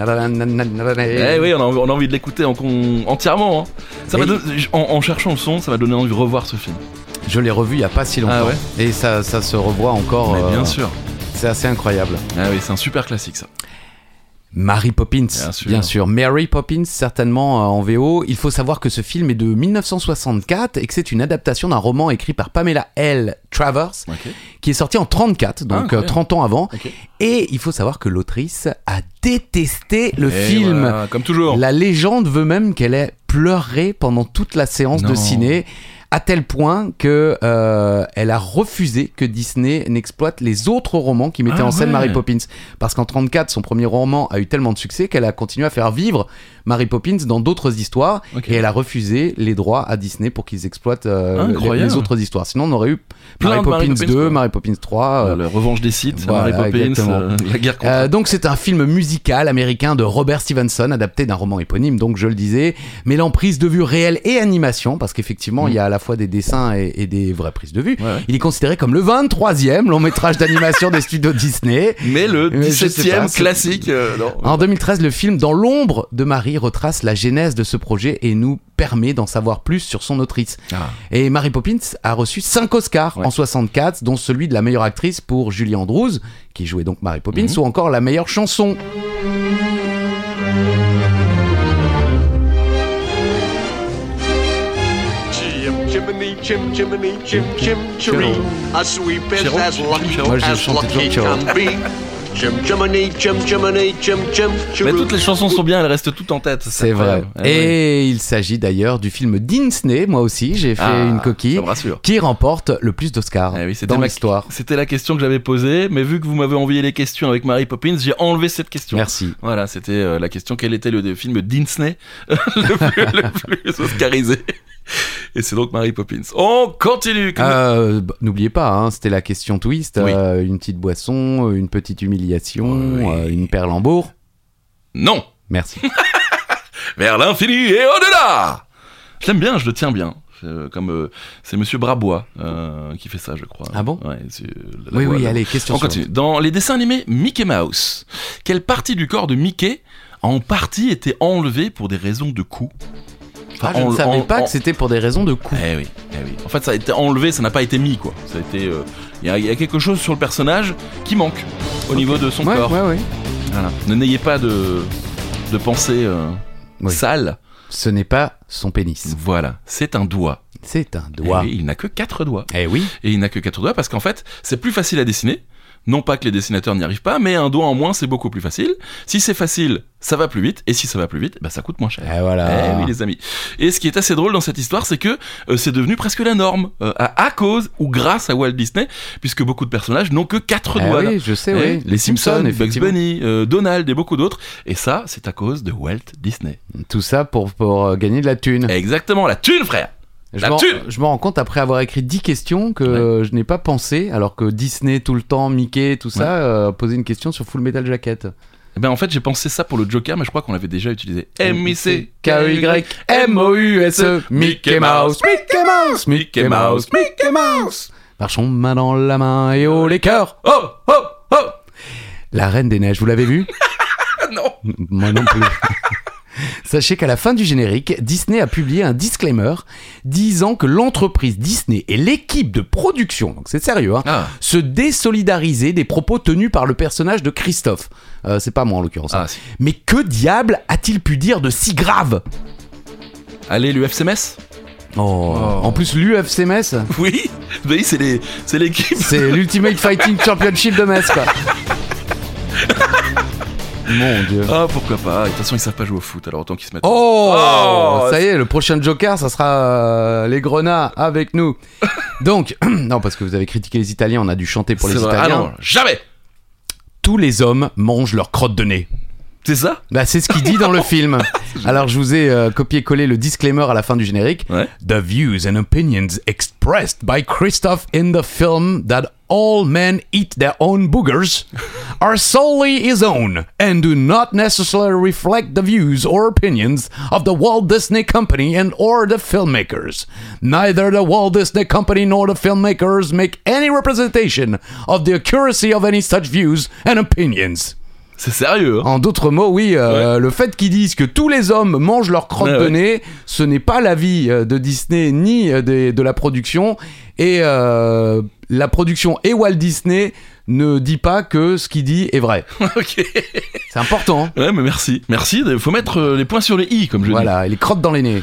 Speaker 1: Eh oui, on a, on a envie de l'écouter en- con- entièrement. hein. Ça m'a
Speaker 3: Et-
Speaker 1: donné- en, en cherchant le son, ça m'a donné envie de revoir ce film.
Speaker 3: Je l'ai revu il n'y a pas si longtemps.
Speaker 1: Ah ouais
Speaker 3: Et ça, ça se revoit encore.
Speaker 1: Mais
Speaker 3: euh,
Speaker 1: bien sûr.
Speaker 3: C'est assez incroyable.
Speaker 1: Ah oui, c'est un super classique ça.
Speaker 3: Mary Poppins,
Speaker 1: Bien sûr.
Speaker 3: Mary Poppins, certainement euh, en VO. Il faut savoir que ce film est de 1964 et que c'est une adaptation d'un roman écrit par Pamela L. Travers
Speaker 1: Ok.
Speaker 3: qui est sorti en 34, donc
Speaker 1: Ah,
Speaker 3: euh, 30 ans avant.
Speaker 1: Ok.
Speaker 3: Et il faut savoir que l'autrice a détesté le
Speaker 1: Et
Speaker 3: film.
Speaker 1: Eh voilà, comme toujours.
Speaker 3: La légende veut même qu'elle ait pleuré pendant toute la séance de
Speaker 1: Non.
Speaker 3: ciné, à tel point que euh, elle a refusé que Disney n'exploite les autres romans qui mettaient
Speaker 1: Ah
Speaker 3: en scène
Speaker 1: ouais.
Speaker 3: Mary Poppins. Parce qu'en 34, son premier roman a eu tellement de succès qu'elle a continué à faire vivre Mary Poppins dans d'autres histoires
Speaker 1: Ok.
Speaker 3: et elle a refusé les droits à Disney pour qu'ils exploitent euh, les,
Speaker 1: Incroyable.
Speaker 3: les autres histoires. Sinon, on aurait eu
Speaker 1: Plein
Speaker 3: Mary
Speaker 1: de Mary
Speaker 3: Poppins,
Speaker 1: Poppins,
Speaker 3: 2,
Speaker 1: quoi.
Speaker 3: Mary Poppins 3. euh,
Speaker 1: Euh, la revanche des sites,
Speaker 3: Voilà,
Speaker 1: Mary Poppins,
Speaker 3: exactement.
Speaker 1: euh, la guerre contre.
Speaker 3: euh, donc c'est un film musical américain de Robert Stevenson adapté d'un roman éponyme donc je le disais mêlant prise de vue réelle et animation parce qu'effectivement
Speaker 1: Mm.
Speaker 3: il y a à la fois des dessins et, et des vraies prises de vue
Speaker 1: Ouais, ouais.
Speaker 3: il est considéré comme le 23e long métrage d'animation des studios Disney
Speaker 1: Mais le
Speaker 3: Mais je sais
Speaker 1: 17 e
Speaker 3: pas, c'est-
Speaker 1: classique. euh, non.
Speaker 3: en 2013, le film Dans l'ombre de Marie retrace la genèse de ce projet et nous permet d'en savoir plus sur son autrice.
Speaker 1: Ah.
Speaker 3: Et Mary Poppins a reçu 5 Oscars
Speaker 1: Ouais.
Speaker 3: en 64, dont celui de la meilleure actrice pour Julie Andrews, qui jouait donc Mary Poppins,
Speaker 1: Mhm.
Speaker 3: ou encore la meilleure chanson.
Speaker 8: Chim, chimney, chim, chimney, chim, chim, chiree. A sweep is
Speaker 1: Chiro,
Speaker 8: as
Speaker 1: chim,
Speaker 8: lucky
Speaker 1: chiro.
Speaker 3: Moi, je
Speaker 8: as
Speaker 3: chante
Speaker 8: lucky
Speaker 3: toujours
Speaker 8: can be. Chim, chimney, chim, chimney, chim, chim,
Speaker 1: Mais
Speaker 8: chiroo.
Speaker 1: toutes les chansons sont bien, elles restent toutes en tête.
Speaker 3: C'est vrai.
Speaker 1: incroyable. Eh
Speaker 3: Et il s'agit d'ailleurs du film Disney, moi aussi, j'ai fait
Speaker 1: Ah,
Speaker 3: une
Speaker 1: oui,
Speaker 3: coquille,
Speaker 1: Ça me rassure.
Speaker 3: qui remporte le plus d'Oscars
Speaker 1: Eh oui, c'était
Speaker 3: Ah dans
Speaker 1: ma-
Speaker 3: l'histoire.
Speaker 1: C'était la question que j'avais posée, mais vu que vous m'avez envoyé les questions avec Mary Poppins, j'ai enlevé cette question.
Speaker 3: Merci.
Speaker 1: Voilà, c'était euh, la question quel était le, le film Disney *laughs* le, plus, le plus oscarisé Et c'est donc Mary Poppins. On continue comme-
Speaker 3: Euh, bah, N'oubliez pas, hein, c'était la question twist.
Speaker 1: Oui.
Speaker 3: euh, une petite boisson, euh, une petite humiliation,
Speaker 1: Oui.
Speaker 3: euh, une perlembour.
Speaker 1: Non *laughs*
Speaker 3: Merci.
Speaker 1: Vers l'infini et au-delà Je l'aime bien, je le tiens bien. Euh, comme euh, c'est Monsieur Brabois euh, qui fait ça, je crois.
Speaker 3: Ah bon
Speaker 1: Ouais, c'est, euh, la
Speaker 3: oui,
Speaker 1: voix,
Speaker 3: oui,
Speaker 1: la-
Speaker 3: allez, question
Speaker 1: On
Speaker 3: sur-
Speaker 1: continue. Dans les dessins animés Mickey Mouse, quelle partie du corps de Mickey a en partie été enlevée pour des raisons de coût
Speaker 3: Ah, je
Speaker 1: on-
Speaker 3: ne savais
Speaker 1: on-
Speaker 3: pas
Speaker 1: on-
Speaker 3: que c'était pour des raisons de coût.
Speaker 1: Eh oui, eh oui. En fait, ça a été enlevé, ça n'a pas été mis, quoi. Ça a été. euh, Il y a- il y, a quelque chose sur le personnage qui manque au niveau de son
Speaker 3: Ouais,
Speaker 1: corps.
Speaker 3: ouais, ouais.
Speaker 1: Voilà. Ne n'ayez pas de de pensée euh,
Speaker 3: Oui.
Speaker 1: sale.
Speaker 3: Ce n'est pas son pénis.
Speaker 1: Voilà, c'est un doigt.
Speaker 3: C'est un
Speaker 1: Et
Speaker 3: doigt.
Speaker 1: Mm. Eh oui, il n'a que quatre doigts.
Speaker 3: Eh oui.
Speaker 1: Et il n'a que quatre doigts parce qu'en fait, c'est plus facile à dessiner. Non pas que les dessinateurs n'y arrivent pas, mais un doigt en moins, c'est beaucoup plus facile. Si c'est facile, ça va plus vite. Et si ça va plus vite, bah, ça coûte moins cher.
Speaker 3: Eh voilà.
Speaker 1: Eh oui les amis. Et ce qui est assez drôle dans cette histoire, c'est que euh, c'est devenu presque la norme euh, à, à cause ou grâce à Walt Disney, puisque beaucoup de personnages n'ont que quatre
Speaker 3: Eh
Speaker 1: doigts. là.
Speaker 3: oui, je sais,
Speaker 1: Eh,
Speaker 3: oui.
Speaker 1: Les Simpsons, Bugs
Speaker 3: effectivement.
Speaker 1: Bunny, euh, Donald et beaucoup d'autres. Et ça, c'est à cause de Walt
Speaker 3: *laughs*
Speaker 1: Disney.
Speaker 3: Tout ça pour, pour euh, gagner de la thune.
Speaker 1: Exactement, la thune, frère.
Speaker 3: je
Speaker 1: la
Speaker 3: m'en-
Speaker 1: thune
Speaker 3: je m'en rends compte après avoir écrit 10 questions que euh, je n'ai pas pensé, alors que Disney tout le temps, Mickey, tout ça, euh, posait une question sur Full Metal Jacket.
Speaker 1: Eh ben en fait, j'ai pensé ça pour le Joker, mais je crois qu'on l'avait déjà utilisé. M I C E
Speaker 3: K-Y, M-O-U-S-E, E, Mickey Mouse, Mickey Mouse, Mickey Mouse, Mickey Mouse. Marchons main dans la main et haut les cœurs.
Speaker 1: Oh oh oh.
Speaker 3: La Reine des Neiges, vous l'avez vu
Speaker 1: Ah, non.
Speaker 3: Moi non plus. *laughs* Sachez qu'à la fin du générique, Disney a publié un disclaimer disant que l'entreprise Disney et l'équipe de production, donc c'est sérieux, hein,
Speaker 1: Ah.
Speaker 3: se désolidariser des propos tenus par le personnage de Christophe. Euh, c'est pas moi en l'occurrence. hein.
Speaker 1: Ah, si.
Speaker 3: Mais que diable a-t-il pu dire de si grave
Speaker 1: Allez, l'UFCMS
Speaker 3: oh. En plus, l'UFCMS,
Speaker 1: *laughs* Oui. Vous voyez, c'est les, c'est l'équipe.
Speaker 3: c'est l'Ultimate Fighting Championship de Metz, *laughs* quoi. Mon dieu.
Speaker 1: Ah, pourquoi pas. Et De toute façon, ils savent pas jouer au foot, alors autant qu'ils se mettent.
Speaker 3: Oh,
Speaker 1: Oh,
Speaker 3: Ça y est, le prochain Joker, ça sera euh, les Grenats
Speaker 1: *laughs*
Speaker 3: avec nous. Donc, *clears throat* non, parce que vous avez critiqué les Italiens, on a dû chanter pour les
Speaker 1: C'est vrai. Ah
Speaker 3: Italiens.
Speaker 1: non, jamais.
Speaker 3: Tous les hommes mangent leur crotte de nez.
Speaker 1: C'est ça
Speaker 3: Bah, c'est ce qu'il dit
Speaker 1: *laughs*
Speaker 3: dans le film. Alors, je vous ai euh, copié-collé le disclaimer à la fin du générique.
Speaker 1: Ouais.
Speaker 3: The views and opinions expressed by Christoph in the film that all men eat their own boogers are solely his own and do not necessarily reflect the views or opinions of the Walt Disney Company and or the filmmakers. Neither the Walt Disney Company nor the filmmakers make any representation of the accuracy of any such views and opinions.
Speaker 1: C'est sérieux. Hein
Speaker 3: En d'autres mots, oui, euh, le fait qu'ils disent que tous les hommes mangent leur crotte
Speaker 1: Ouais,
Speaker 3: de
Speaker 1: ouais.
Speaker 3: nez, ce n'est pas l'avis euh, de Disney ni euh, des- de, la production. Et euh, la production et Walt Disney ne dit pas que ce qu'il dit est vrai.
Speaker 1: *laughs* ok.
Speaker 3: C'est important.
Speaker 1: Ouais, mais merci. Merci. de- Faut mettre euh, les points sur les i, comme *laughs* je dis.
Speaker 3: voilà, et les crottes dans les nez.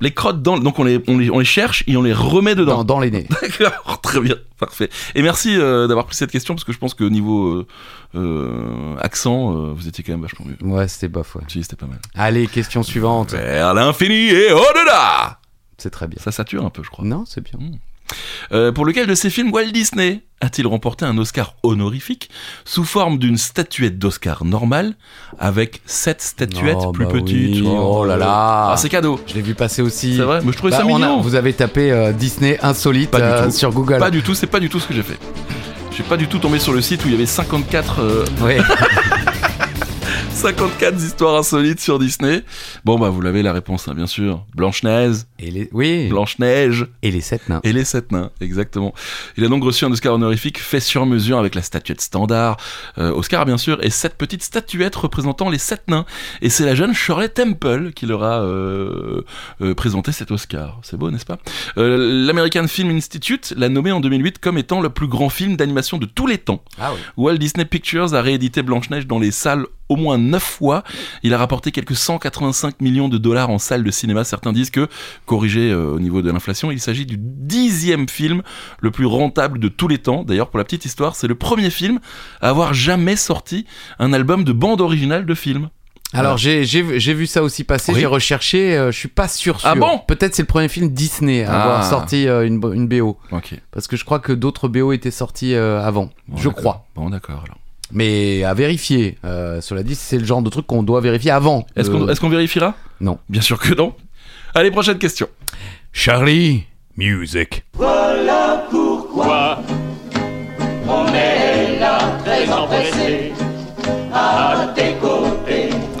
Speaker 1: Les crottes dans. Donc on les, on les, on les cherche et on les remet
Speaker 3: Dans,
Speaker 1: dedans.
Speaker 3: dans les nez.
Speaker 1: D'accord, *laughs* très bien, parfait. Et merci euh, d'avoir pris cette question parce que je pense que niveau euh, euh, accent, euh, vous étiez quand même vachement mieux.
Speaker 3: Ouais, c'était bof, ouais.
Speaker 1: Si, c'était pas mal.
Speaker 3: Allez, question suivante.
Speaker 1: Vers l'infini et au-delà
Speaker 3: C'est très bien.
Speaker 1: Ça sature un peu, je crois.
Speaker 3: Non, c'est bien.
Speaker 1: Euh, pour lequel de ces films Walt Disney a-t-il remporté un Oscar honorifique sous forme d'une statuette d'Oscar normale avec sept statuettes
Speaker 3: Oh,
Speaker 1: plus
Speaker 3: bah
Speaker 1: petites
Speaker 3: oui, oh là là.
Speaker 1: Ah, c'est cadeau
Speaker 3: Je l'ai vu passer aussi.
Speaker 1: C'est vrai, mais je trouvais
Speaker 3: Bah,
Speaker 1: ça
Speaker 3: on a-
Speaker 1: mignon
Speaker 3: vous avez tapé euh, Disney insolite
Speaker 1: Pas du
Speaker 3: euh,
Speaker 1: tout.
Speaker 3: sur Google.
Speaker 1: Pas du tout, c'est pas du tout ce que j'ai fait. Je suis pas du tout tombé sur le site où il y avait 54 euh,
Speaker 3: Ouais.
Speaker 1: 54 histoires insolites sur Disney. Bon, bah, vous l'avez la réponse, hein, bien sûr. Blanche-Neige,
Speaker 3: Et les... Oui.
Speaker 1: Blanche-Neige
Speaker 3: Et les sept nains.
Speaker 1: et les sept nains, exactement. Il a donc reçu un Oscar honorifique fait sur mesure avec la statuette standard, euh, Oscar bien sûr, et sept petites statuettes représentant les sept nains. Et c'est la jeune Shirley Temple qui leur a euh, euh, présenté cet Oscar. C'est beau, n'est-ce pas Euh, L'American Film Institute l'a nommé en 2008 comme étant le plus grand film d'animation de tous les temps.
Speaker 3: Ah oui.
Speaker 1: Walt Disney Pictures a réédité Blanche-Neige dans les salles au moins 9 fois. Il a rapporté quelques 185 millions de dollars en salles de cinéma. Certains disent que, corrigé euh, au niveau de l'inflation, il s'agit du dixième film le plus rentable de tous les temps. D'ailleurs, pour la petite histoire, c'est le premier film à avoir jamais sorti un album de bande originale de film. Voilà.
Speaker 3: Alors j'ai- j'ai j'ai vu ça aussi passer,
Speaker 1: Oui.
Speaker 3: j'ai recherché, euh, je suis pas sûr. sûr.
Speaker 1: Ah bon
Speaker 3: Peut-être c'est le premier film Disney à
Speaker 1: Ah.
Speaker 3: avoir sorti euh, une, bo- une BO.
Speaker 1: Ok.
Speaker 3: Parce que je crois que d'autres BO étaient sortis euh, avant,
Speaker 1: Bon,
Speaker 3: je
Speaker 1: d'accord.
Speaker 3: crois. Euh,
Speaker 1: Bon, d'accord. alors.
Speaker 3: Mais à vérifier. Euh, cela dit, c'est le genre de truc qu'on doit vérifier avant.
Speaker 1: Est-ce
Speaker 3: Euh,
Speaker 1: qu'on est-ce qu'on vérifiera
Speaker 3: non.
Speaker 1: Bien sûr que non. Allez, prochaine question.
Speaker 2: Charlie, music.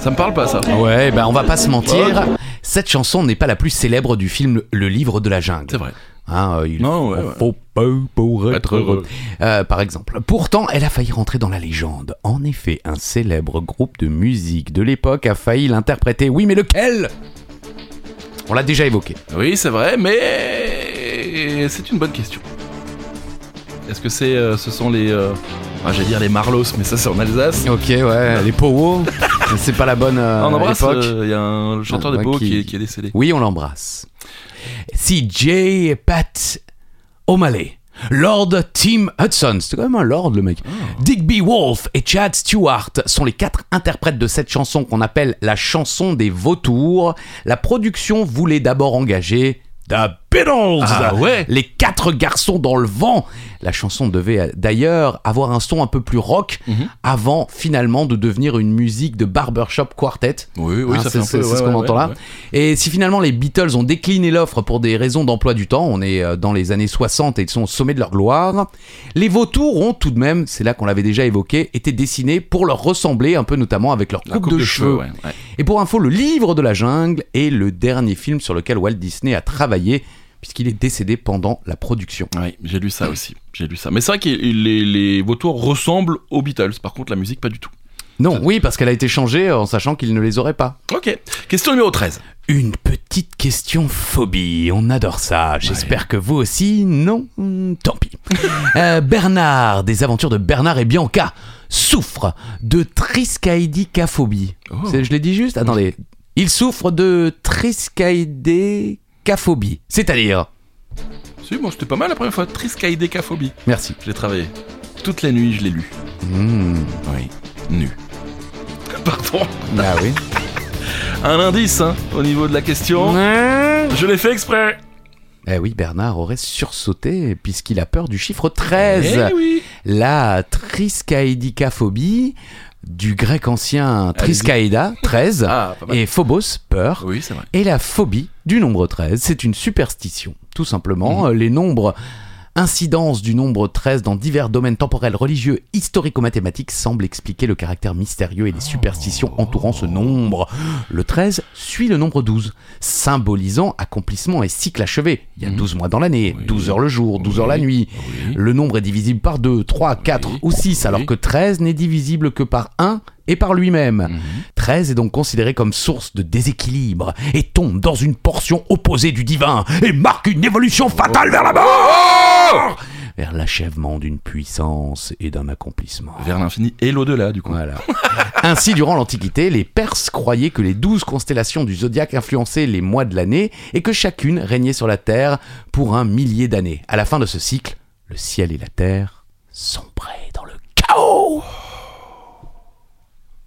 Speaker 1: Ça me parle pas, ça.
Speaker 3: Ouais, ben on va pas se mentir. Cette chanson n'est pas la plus célèbre du film Le Livre de la Jungle.
Speaker 1: C'est vrai.
Speaker 3: Hein, euh, il
Speaker 1: Non, ouais,
Speaker 3: en
Speaker 1: ouais.
Speaker 3: faut peu pour être,
Speaker 1: Être
Speaker 3: heureux.
Speaker 1: heureux.
Speaker 3: Euh, par exemple. Pourtant, elle a failli rentrer dans la légende. En effet, un célèbre groupe de musique de l'époque a failli l'interpréter. Oui, mais lequel On l'a déjà évoqué.
Speaker 1: Oui, c'est vrai, mais c'est une bonne question. Est-ce que c'est, euh, ce sont les, euh, ah, j'allais dire les Marlos, mais ça c'est en Alsace.
Speaker 3: Ok, ouais, les Powo. *laughs* C'est pas la bonne euh,
Speaker 1: on embrasse,
Speaker 3: époque.
Speaker 1: euh, il y a un chanteur de
Speaker 3: Ouais,
Speaker 1: Pogo
Speaker 3: qui-
Speaker 1: qui... est- qui est décédé.
Speaker 3: Oui, on l'embrasse. CJ Pat O'Malley. Lord Tim Hudson, c'était quand même un lord le mec.
Speaker 1: Ah.
Speaker 3: Digby Wolf et Chad Stewart sont les quatre interprètes de cette chanson qu'on appelle la chanson des vautours. La production voulait d'abord engager The Beatles,
Speaker 1: Ah ouais.
Speaker 3: les quatre garçons dans le vent. La chanson devait euh, d'ailleurs avoir un son un peu plus rock
Speaker 1: Mhm.
Speaker 3: avant finalement de devenir une musique de barbershop quartet.
Speaker 1: Oui, oui,
Speaker 3: Hein,
Speaker 1: ça
Speaker 3: c'est
Speaker 1: fait un
Speaker 3: c'est-
Speaker 1: peu,
Speaker 3: c'est
Speaker 1: ouais,
Speaker 3: ce qu'on
Speaker 1: ouais,
Speaker 3: entend
Speaker 1: ouais,
Speaker 3: là.
Speaker 1: ouais.
Speaker 3: Et si finalement les Beatles ont décliné l'offre pour des raisons d'emploi du temps, on est euh, dans les années 60 et ils sont au sommet de leur gloire, les vautours ont tout de même, c'est là qu'on l'avait déjà évoqué, été dessinés pour leur ressembler un peu notamment avec leur coupe,
Speaker 1: La coupe
Speaker 3: de, cheveux.
Speaker 1: ouais, ouais.
Speaker 3: Et pour info, le livre de la jungle est le dernier film sur lequel Walt Disney a travaillé puisqu'il est décédé pendant la production.
Speaker 1: Oui, j'ai lu ça aussi. J'ai lu ça. Mais c'est vrai que les, les vautours ressemblent aux Beatles. Par contre, la musique, pas du tout.
Speaker 3: Non, oui, parce qu'elle a été changée en sachant qu'il ne les aurait pas.
Speaker 1: Ok. Question numéro 13.
Speaker 3: Une petite question phobie, on adore ça. J'espère que vous aussi, non Hmm, Tant pis. Euh, Bernard, des aventures de Bernard et Bianca, souffre de triskaïdicaphobie. C'est- Je l'ai dit juste Attendez. Il souffre de triskaïdicaphobie, c'est-à-dire.
Speaker 1: Si, bon, c'était pas mal la première fois. Triskaïdécaphobie.
Speaker 3: Merci.
Speaker 1: Je l'ai travaillé. Toute la nuit, je l'ai lu.
Speaker 3: Hmm,
Speaker 1: Oui. Nu. Pardon.
Speaker 3: Ah oui.
Speaker 1: Un indice, hein, au niveau de la question. Je l'ai fait exprès.
Speaker 3: Eh oui, Bernard aurait sursauté puisqu'il a peur du chiffre 13.
Speaker 1: Eh oui.
Speaker 3: La triskaïdicaphobie, du grec ancien triskaïda, 13,
Speaker 1: Ah, pas mal.
Speaker 3: et phobos, peur,
Speaker 1: Oui, c'est vrai.
Speaker 3: et la phobie du nombre 13, c'est une superstition. Tout simplement, Euh, les nombres, incidences du nombre 13 dans divers domaines temporels, religieux, historico-mathématiques semblent expliquer le caractère mystérieux et les superstitions entourant ce nombre. Le 13 suit le nombre 12, symbolisant accomplissement et cycle achevé. Il y a 12 mois dans l'année, 12 heures le jour, 12 heures la nuit. Le nombre est divisible par 2, 3, 4 ou 6, alors que 13 n'est divisible que par 1 et par lui-même. 13 est donc considéré comme source de déséquilibre et tombe dans une portion opposée du divin et marque une évolution fatale vers la mort Vers l'achèvement d'une puissance et d'un accomplissement.
Speaker 1: Vers l'infini et l'au-delà, du coup. *laughs*
Speaker 3: Voilà. Ainsi, durant l'Antiquité, les Perses croyaient que les douze constellations du zodiaque influençaient les mois de l'année et que chacune régnait sur la Terre pour un millier d'années. À la fin de ce cycle, le ciel et la Terre sombraient dans le chaos.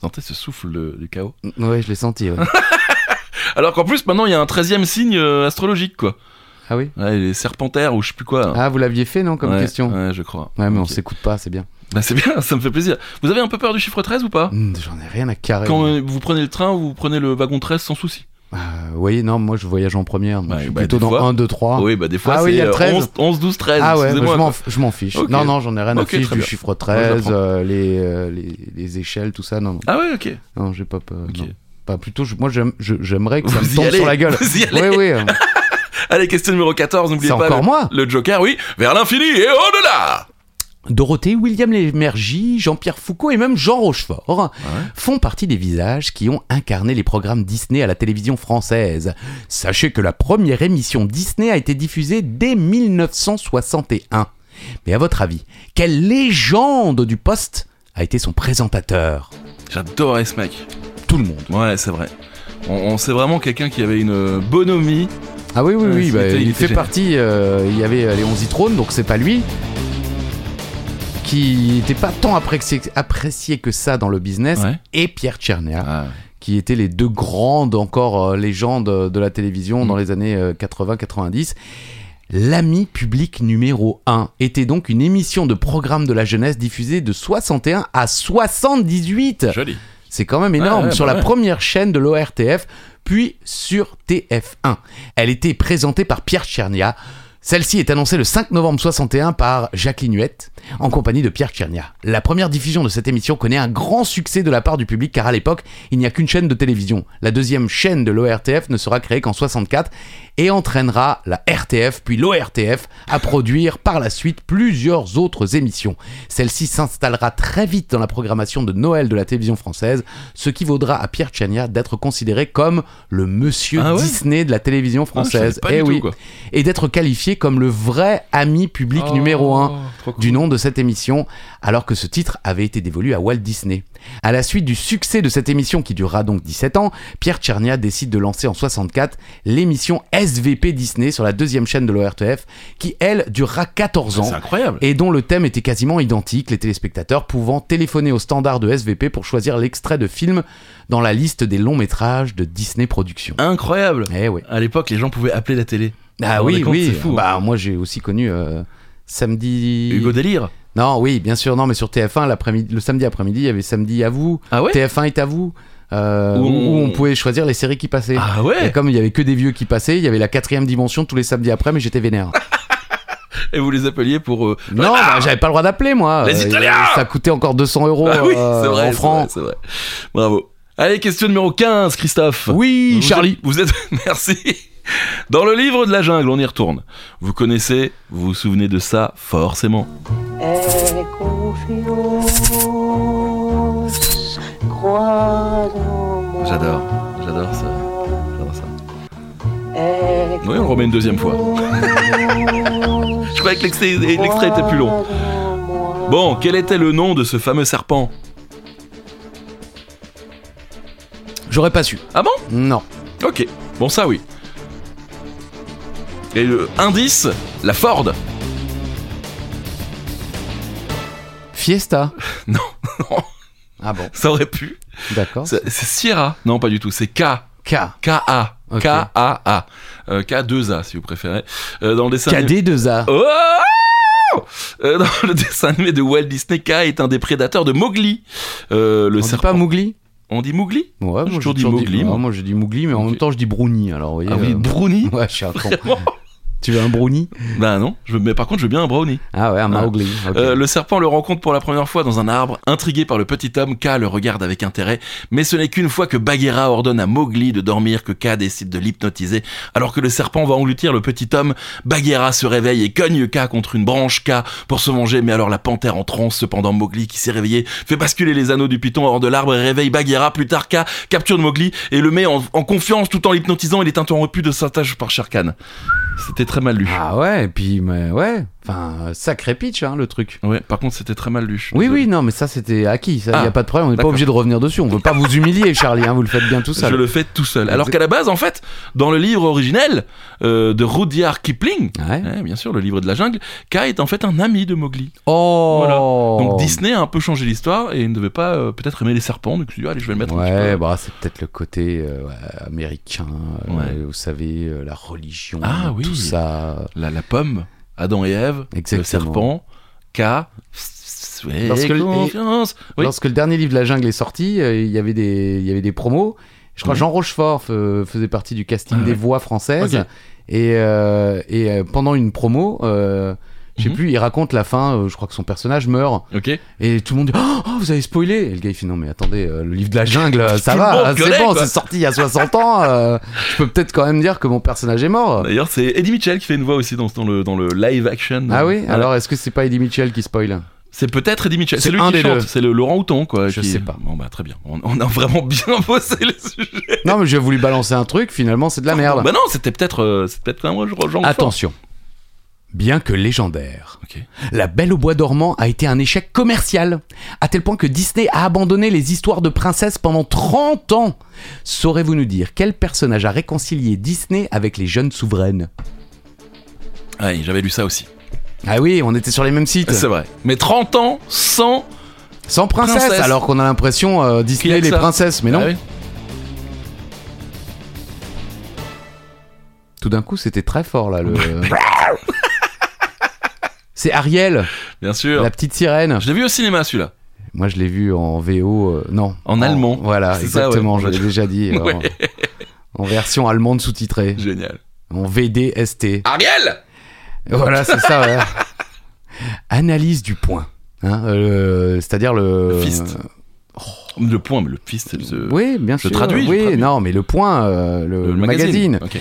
Speaker 1: Sentez ce souffle euh, du chaos.
Speaker 3: Ouais, je l'ai senti. *laughs* ouais.
Speaker 1: Alors qu'en plus, maintenant, il y a un 13 e signe euh, astrologique, quoi.
Speaker 3: Ah oui.
Speaker 1: Ouais, les serpentaires ou je sais plus quoi.
Speaker 3: Ah, vous l'aviez fait non comme
Speaker 1: Ouais,
Speaker 3: question.
Speaker 1: Ouais, je crois.
Speaker 3: Ouais, mais on
Speaker 1: Ok.
Speaker 3: s'écoute pas, c'est bien.
Speaker 1: Bah, c'est bien, *laughs* ça me fait plaisir. Vous avez un peu peur du chiffre 13 ou pas
Speaker 3: Hmm, J'en ai rien à carrer.
Speaker 1: Quand euh, vous prenez le train, vous prenez le wagon 13 sans souci.
Speaker 3: Ah, vous voyez, non, moi je voyage en première. donc
Speaker 1: Ouais,
Speaker 3: je suis
Speaker 1: bah,
Speaker 3: plutôt
Speaker 1: des
Speaker 3: dans
Speaker 1: fois.
Speaker 3: 1, 2, 3.
Speaker 1: oui, bah des fois,
Speaker 3: Ah
Speaker 1: c'est
Speaker 3: oui, il y a
Speaker 1: euh,
Speaker 3: 13.
Speaker 1: 11, 11, 12, 13.
Speaker 3: Ah ouais, bah,
Speaker 1: excusez-moi,
Speaker 3: je m'en
Speaker 1: quoi.
Speaker 3: f- je m'en fiche.
Speaker 1: Ok.
Speaker 3: Non, non, j'en ai rien
Speaker 1: Ok,
Speaker 3: à fiche
Speaker 1: très
Speaker 3: du
Speaker 1: bien.
Speaker 3: chiffre
Speaker 1: Moi,
Speaker 3: 13,
Speaker 1: j'apprends.
Speaker 3: euh, les, euh, les, les échelles, tout ça. Non, non,
Speaker 1: Ah ouais, ok.
Speaker 3: non j'ai pas peur.
Speaker 1: Ok.
Speaker 3: non. Pas plutôt, je- moi j'aime- je- j'aimerais que ça
Speaker 1: Vous
Speaker 3: me
Speaker 1: y
Speaker 3: tombe
Speaker 1: allez,
Speaker 3: sur la gueule.
Speaker 1: *laughs* vous y
Speaker 3: Oui,
Speaker 1: allez.
Speaker 3: oui. euh,
Speaker 1: Allez, question numéro 14, n'oubliez
Speaker 3: C'est
Speaker 1: pas.
Speaker 3: encore
Speaker 1: le,
Speaker 3: moi.
Speaker 1: Le Joker, oui, vers l'infini et au-delà
Speaker 3: Dorothée, William Lémergie, Jean-Pierre Foucault et même Jean Rochefort hein,
Speaker 1: Ah
Speaker 3: font partie des visages qui ont incarné les programmes Disney à la télévision française. Sachez que la première émission Disney a été diffusée dès 1961. Mais à votre avis, quelle légende du poste a été son présentateur
Speaker 1: J'adorais ce mec.
Speaker 3: Tout le monde.
Speaker 1: Ouais, c'est vrai. On, on- c'est vraiment quelqu'un qui avait une bonhomie.
Speaker 3: Ah oui, oui,
Speaker 1: Ouais,
Speaker 3: oui,
Speaker 1: c'était-
Speaker 3: bah,
Speaker 1: Euh, il
Speaker 3: il,
Speaker 1: était
Speaker 3: fait
Speaker 1: génial.
Speaker 3: partie, euh, il y avait euh, les 11 trônes, donc c'est pas lui, qui n'était pas tant apprécié, apprécié que ça dans le business,
Speaker 1: Ouais.
Speaker 3: et Pierre Tchernia.
Speaker 1: Ah,
Speaker 3: qui étaient les deux grandes encore euh, légendes euh, de la télévision
Speaker 1: Mm.
Speaker 3: dans les années 80-90. L'ami public numéro 1 était donc une émission de programme de la jeunesse diffusée de 61 à 78.
Speaker 1: joli.
Speaker 3: C'est quand même énorme.
Speaker 1: Ouais, ouais,
Speaker 3: sur
Speaker 1: bah
Speaker 3: la
Speaker 1: ouais.
Speaker 3: première chaîne de l'ORTF, puis sur TF1. Elle était présentée par Pierre Tchernia. Celle-ci est annoncée le 5 novembre 61 par Jacqueline Huette en compagnie de Pierre Tchernia. La première diffusion de cette émission connaît un grand succès de la part du public car à l'époque, il n'y a qu'une chaîne de télévision. La deuxième chaîne de l'ORTF ne sera créée qu'en 64 et entraînera la RTF puis l'ORTF à produire par la suite plusieurs autres émissions. Celle-ci s'installera très vite dans la programmation de Noël de la télévision française, ce qui vaudra à Pierre Tchernia d'être considéré comme le monsieur
Speaker 1: Ah ouais
Speaker 3: Disney de la télévision
Speaker 1: Ah, je savais
Speaker 3: française.
Speaker 1: pas
Speaker 3: Eh
Speaker 1: du tout,
Speaker 3: oui.
Speaker 1: quoi. Oh.
Speaker 3: Et d'être qualifié identifié comme le vrai ami public numéro un du nom de cette émission, alors que ce titre avait été dévolu à Walt Disney. À la suite du succès de cette émission qui durera donc 17 ans, Pierre Tchernia décide de lancer en 64 l'émission SVP Disney sur la deuxième chaîne de l'ORTF, qui elle durera 14 ans
Speaker 1: Ah, C'est incroyable.
Speaker 3: et dont le thème était quasiment identique, les téléspectateurs pouvant téléphoner au standard de SVP pour choisir l'extrait de film dans la liste des longs métrages de Disney Productions.
Speaker 1: Incroyable.
Speaker 3: Eh oui.
Speaker 1: À l'époque, les gens pouvaient appeler la télé. Vous
Speaker 3: Ah
Speaker 1: vous
Speaker 3: oui,
Speaker 1: rendez compte,
Speaker 3: oui.
Speaker 1: C'est fou. hein.
Speaker 3: Bah, moi, j'ai aussi connu euh, samedi.
Speaker 1: Hugo Délire.
Speaker 3: Non, oui, bien sûr. Non, mais sur TF1, l'après-midi, le samedi après-midi, il y avait samedi à vous.
Speaker 1: Ah ouais
Speaker 3: TF1 est à vous. euh,
Speaker 1: Où
Speaker 3: où,
Speaker 1: on-
Speaker 3: où on pouvait choisir les séries qui passaient.
Speaker 1: Ah ouais
Speaker 3: Et comme il y avait que des vieux qui passaient, il y avait la quatrième dimension tous les samedis après, mais
Speaker 1: *laughs*
Speaker 3: j'étais vénère.
Speaker 1: Et vous les appeliez pour. euh,
Speaker 3: non, bah, j'avais pas le droit d'appeler moi.
Speaker 1: Les
Speaker 3: Euh,
Speaker 1: Italiens
Speaker 3: Ça coûtait encore 200 euros
Speaker 1: *laughs* Ah oui,
Speaker 3: euh,
Speaker 1: c'est vrai.
Speaker 3: en
Speaker 1: c'est
Speaker 3: francs.
Speaker 1: vrai, C'est vrai. Bravo. Allez, question numéro 15, Christophe.
Speaker 3: Oui,
Speaker 1: Vous
Speaker 3: Charlie.
Speaker 1: êtes- vous êtes. *laughs* Merci. Dans le livre de la jungle, on y retourne. Vous connaissez, vous vous souvenez de ça forcément. J'adore, j'adore ça. J'adore ça. Oui, on le remet une deuxième fois. *laughs* Je croyais que l'extrait l'extrait était plus long. Bon, quel était le nom de ce fameux serpent
Speaker 3: J'aurais pas su.
Speaker 1: Ah bon
Speaker 3: Non.
Speaker 1: Ok, bon ça oui. Et le indice, la Ford.
Speaker 3: Fiesta.
Speaker 1: *laughs* Non,
Speaker 3: Ah bon,
Speaker 1: ça aurait pu.
Speaker 3: d'accord.
Speaker 1: C'est c'est Sierra. Non, pas du tout, c'est K.
Speaker 3: K.
Speaker 1: K-A.
Speaker 3: Ok.
Speaker 1: K-A-A. Euh, K2A si vous préférez. Euh, dans le dessin animé-
Speaker 3: KD2A.
Speaker 1: Oh Euh, dans *laughs* le dessin animé de Walt Disney, K est un des prédateurs de Mowgli. Euh, le
Speaker 3: On dit
Speaker 1: serpent.
Speaker 3: pas Mowgli
Speaker 1: On dit Mowgli
Speaker 3: Ouais, moi,
Speaker 1: toujours dit Mowgli,
Speaker 3: ouais,
Speaker 1: moi.
Speaker 3: moi je dis Mowgli, mais en
Speaker 1: Ok.
Speaker 3: même temps je dis Brownie. Alors, vous voyez,
Speaker 1: Ah oui,
Speaker 3: euh,
Speaker 1: Brownie.
Speaker 3: *laughs* Ouais, je suis un con. tu veux un Brownie
Speaker 1: *laughs* Bah non, je, mais par contre je veux bien un brownie.
Speaker 3: Ah ouais, un Mowgli. ok.
Speaker 1: Euh, le serpent le rencontre pour la première fois dans un arbre. Intrigué par le petit homme, K le regarde avec intérêt. Mais ce n'est qu'une fois que Bagheera ordonne à Mowgli de dormir que K décide de l'hypnotiser. Alors que le serpent va engloutir le petit homme, Bagheera se réveille et cogne K contre une branche K pour se venger. Mais alors la panthère en transe. Cependant, Mowgli qui s'est réveillé fait basculer les anneaux du python hors de l'arbre et réveille Bagheera. Plus tard, K capture de Mowgli et le met en, en confiance tout en l'hypnotisant. Il est interrompu de sa tâche par Sharkan. C'était très mal lu.
Speaker 3: Ah ouais, et puis, mais ouais. Enfin, euh, sacré pitch, hein, le truc.
Speaker 1: Ouais, par contre, c'était très mal lu. je suis
Speaker 3: Oui,
Speaker 1: désolé.
Speaker 3: oui, non, mais ça c'était acquis. Il n'y
Speaker 1: Ah,
Speaker 3: a pas de problème, on n'est pas
Speaker 1: d'accord.
Speaker 3: obligé de revenir dessus. On veut pas vous
Speaker 1: *laughs*
Speaker 3: humilier, Charlie, hein, vous le faites bien tout
Speaker 1: Je
Speaker 3: seul.
Speaker 1: le fais tout seul. Alors qu'à la base, en fait, dans le livre originel euh, de Rudyard Kipling,
Speaker 3: Ouais.
Speaker 1: ouais, bien sûr, le livre de la jungle, K est en fait un ami de Mowgli.
Speaker 3: Oh
Speaker 1: Voilà. Donc Disney a un peu changé l'histoire et ne devait pas euh, peut-être aimer les serpents, donc il s'est dit, allez, je vais le mettre un petit
Speaker 3: Ouais,
Speaker 1: peu.
Speaker 3: bah, c'est peut-être le côté euh, ouais, américain, euh,
Speaker 1: Ouais.
Speaker 3: vous savez, euh, la religion,
Speaker 1: Ah oui.
Speaker 3: tout ça.
Speaker 1: La, la pomme, Adam et Ève, le
Speaker 3: Exactement.
Speaker 1: serpent, K, fais
Speaker 3: Lorsque le-
Speaker 1: confiance. Oui.
Speaker 3: Lorsque le dernier livre de la jungle est sorti, euh, il y avait des, il y avait des promos. Je crois
Speaker 1: Ouais.
Speaker 3: Jean Rochefort fe- faisait partie du casting
Speaker 1: Ah
Speaker 3: des
Speaker 1: ouais.
Speaker 3: voix françaises.
Speaker 1: Ok.
Speaker 3: Et, euh, et euh, pendant une promo, euh, je sais
Speaker 1: Mhm.
Speaker 3: plus, il raconte la fin. euh, je crois que son personnage meurt.
Speaker 1: Ok.
Speaker 3: Et tout le monde dit Oh, oh, vous avez spoilé Et le gars, il fait Non, mais attendez, euh, le livre de la
Speaker 1: *laughs*
Speaker 3: jungle, euh, ça
Speaker 1: Tout le monde
Speaker 3: va, c'est
Speaker 1: gueulait,
Speaker 3: bon,
Speaker 1: quoi.
Speaker 3: c'est sorti il y a 60 ans. euh, je peux peut-être quand même dire que mon personnage est mort.
Speaker 1: D'ailleurs, c'est Eddie Mitchell qui fait une voix aussi dans, dans le, dans le live action.
Speaker 3: Ah oui
Speaker 1: Voilà.
Speaker 3: Alors, est-ce que c'est pas Eddie Mitchell qui spoil
Speaker 1: C'est peut-être Eddie Mitchell.
Speaker 3: C'est
Speaker 1: C'est lui
Speaker 3: un
Speaker 1: qui
Speaker 3: des
Speaker 1: chante.
Speaker 3: deux.
Speaker 1: C'est le Laurent Houton, quoi.
Speaker 3: Je
Speaker 1: qui-
Speaker 3: sais pas.
Speaker 1: Bon, bah, très bien. On, on a vraiment *laughs* bien bossé le sujet.
Speaker 3: Non, mais je voulais balancer un truc, finalement, c'est de la merde.
Speaker 1: Bah, non, c'était peut-être. euh, c'est peut-être un Jean Jean Fort.
Speaker 3: Attention. Bien que légendaire,
Speaker 1: Ok.
Speaker 3: La Belle au Bois dormant a été un échec commercial, à tel point que Disney a abandonné les histoires de princesses pendant 30 ans. Saurez-vous nous dire quel personnage a réconcilié Disney avec les jeunes souveraines
Speaker 1: Ouais, j'avais lu ça aussi.
Speaker 3: Ah oui, on était sur les mêmes sites.
Speaker 1: C'est vrai. Mais 30 ans sans.
Speaker 3: Sans princesse,
Speaker 1: Princesse.
Speaker 3: alors qu'on a l'impression
Speaker 1: Qu'il y
Speaker 3: euh,
Speaker 1: a
Speaker 3: Disney
Speaker 1: que
Speaker 3: les
Speaker 1: ça.
Speaker 3: princesses, mais non.
Speaker 1: Ah oui.
Speaker 3: Tout d'un coup, c'était très fort
Speaker 1: *laughs*
Speaker 3: là. Le... C'est Ariel,
Speaker 1: Bien sûr.
Speaker 3: la petite sirène.
Speaker 1: Je l'ai vu au cinéma celui-là.
Speaker 3: Moi, je l'ai vu en VO, euh, non.
Speaker 1: En allemand.
Speaker 3: Voilà,
Speaker 1: C'est ça, ouais.
Speaker 3: exactement,
Speaker 1: *laughs*
Speaker 3: je l'ai déjà dit. euh,
Speaker 1: Ouais.
Speaker 3: en, en version allemande sous-titrée.
Speaker 1: Génial.
Speaker 3: En VDST.
Speaker 1: Ariel
Speaker 3: Voilà, c'est ça, ouais. Analyse du point. Hein, euh, C'est-à-dire le.
Speaker 1: Le fist. Le point, mais le fist. le-
Speaker 3: Oui, bien
Speaker 1: Je
Speaker 3: sûr.
Speaker 1: traduis, je
Speaker 3: Oui,
Speaker 1: traduis.
Speaker 3: non, mais le point, euh, le, le magazine.
Speaker 1: Ok.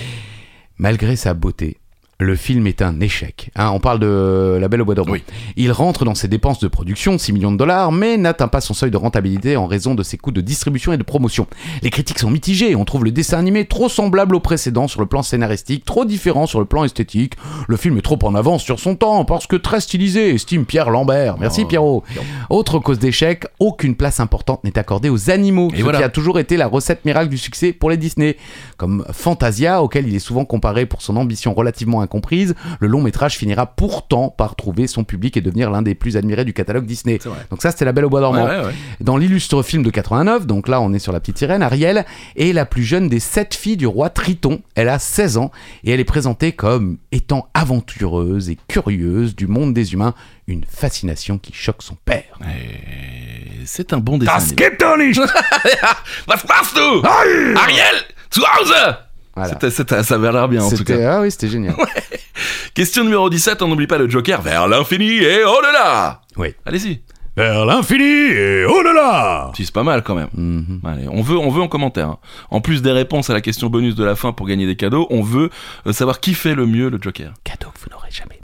Speaker 3: Malgré sa beauté, Le film est un échec. Hein, on parle de euh, La Belle au Bois dormant.
Speaker 1: Oui.
Speaker 3: Il rentre dans ses dépenses de production, 6 millions de dollars, mais n'atteint pas son seuil de rentabilité en raison de ses coûts de distribution et de promotion. Les critiques sont mitigées. On trouve le dessin animé trop semblable au précédent sur le plan scénaristique, trop différent sur le plan esthétique. Le film est trop en avance sur son temps parce que très stylisé, estime Pierre Lambert. Merci Pierrot. Autre cause d'échec, aucune place importante n'est accordée aux animaux,
Speaker 1: Et
Speaker 3: ce
Speaker 1: voilà.
Speaker 3: qui a toujours été la recette miracle du succès pour les Disney. Comme Fantasia, auquel il est souvent comparé pour son ambition relativement incomprise, le long métrage finira pourtant par trouver son public et devenir l'un des plus admirés du catalogue Disney.
Speaker 1: C'est vrai.
Speaker 3: Donc ça, c'était La Belle au Bois
Speaker 1: Ouais,
Speaker 3: dormant.
Speaker 1: ouais, ouais.
Speaker 3: Dans l'illustre film de 89, donc là on est sur la petite sirène, Ariel est la plus jeune des sept filles du roi Triton. Elle a 16 ans et elle est présentée comme étant aventureuse et curieuse du monde des humains, une fascination qui choque son père.
Speaker 1: Et C'est un bon dessin.
Speaker 2: Das
Speaker 1: animé. *laughs*
Speaker 2: geht doch nicht!
Speaker 1: Was machst du Ariel Zu Hause
Speaker 3: Voilà.
Speaker 1: C'était- c'était- Ça avait l'air bien en tout cas.
Speaker 3: C'était ah oui, c'était génial.
Speaker 1: Question numéro 17, on n'oublie pas le Joker vers l'infini et au-delà
Speaker 3: Oui.
Speaker 1: Allez-y.
Speaker 2: Vers l'infini et au-delà!
Speaker 1: Si, c'est pas mal quand même.
Speaker 3: Mhm.
Speaker 1: Allez, on veut, on veut en commentaire. hein. En plus des réponses à la question bonus de la fin pour gagner des cadeaux, on veut euh, savoir qui fait le mieux le Joker.
Speaker 3: Cadeau que vous n'aurez jamais.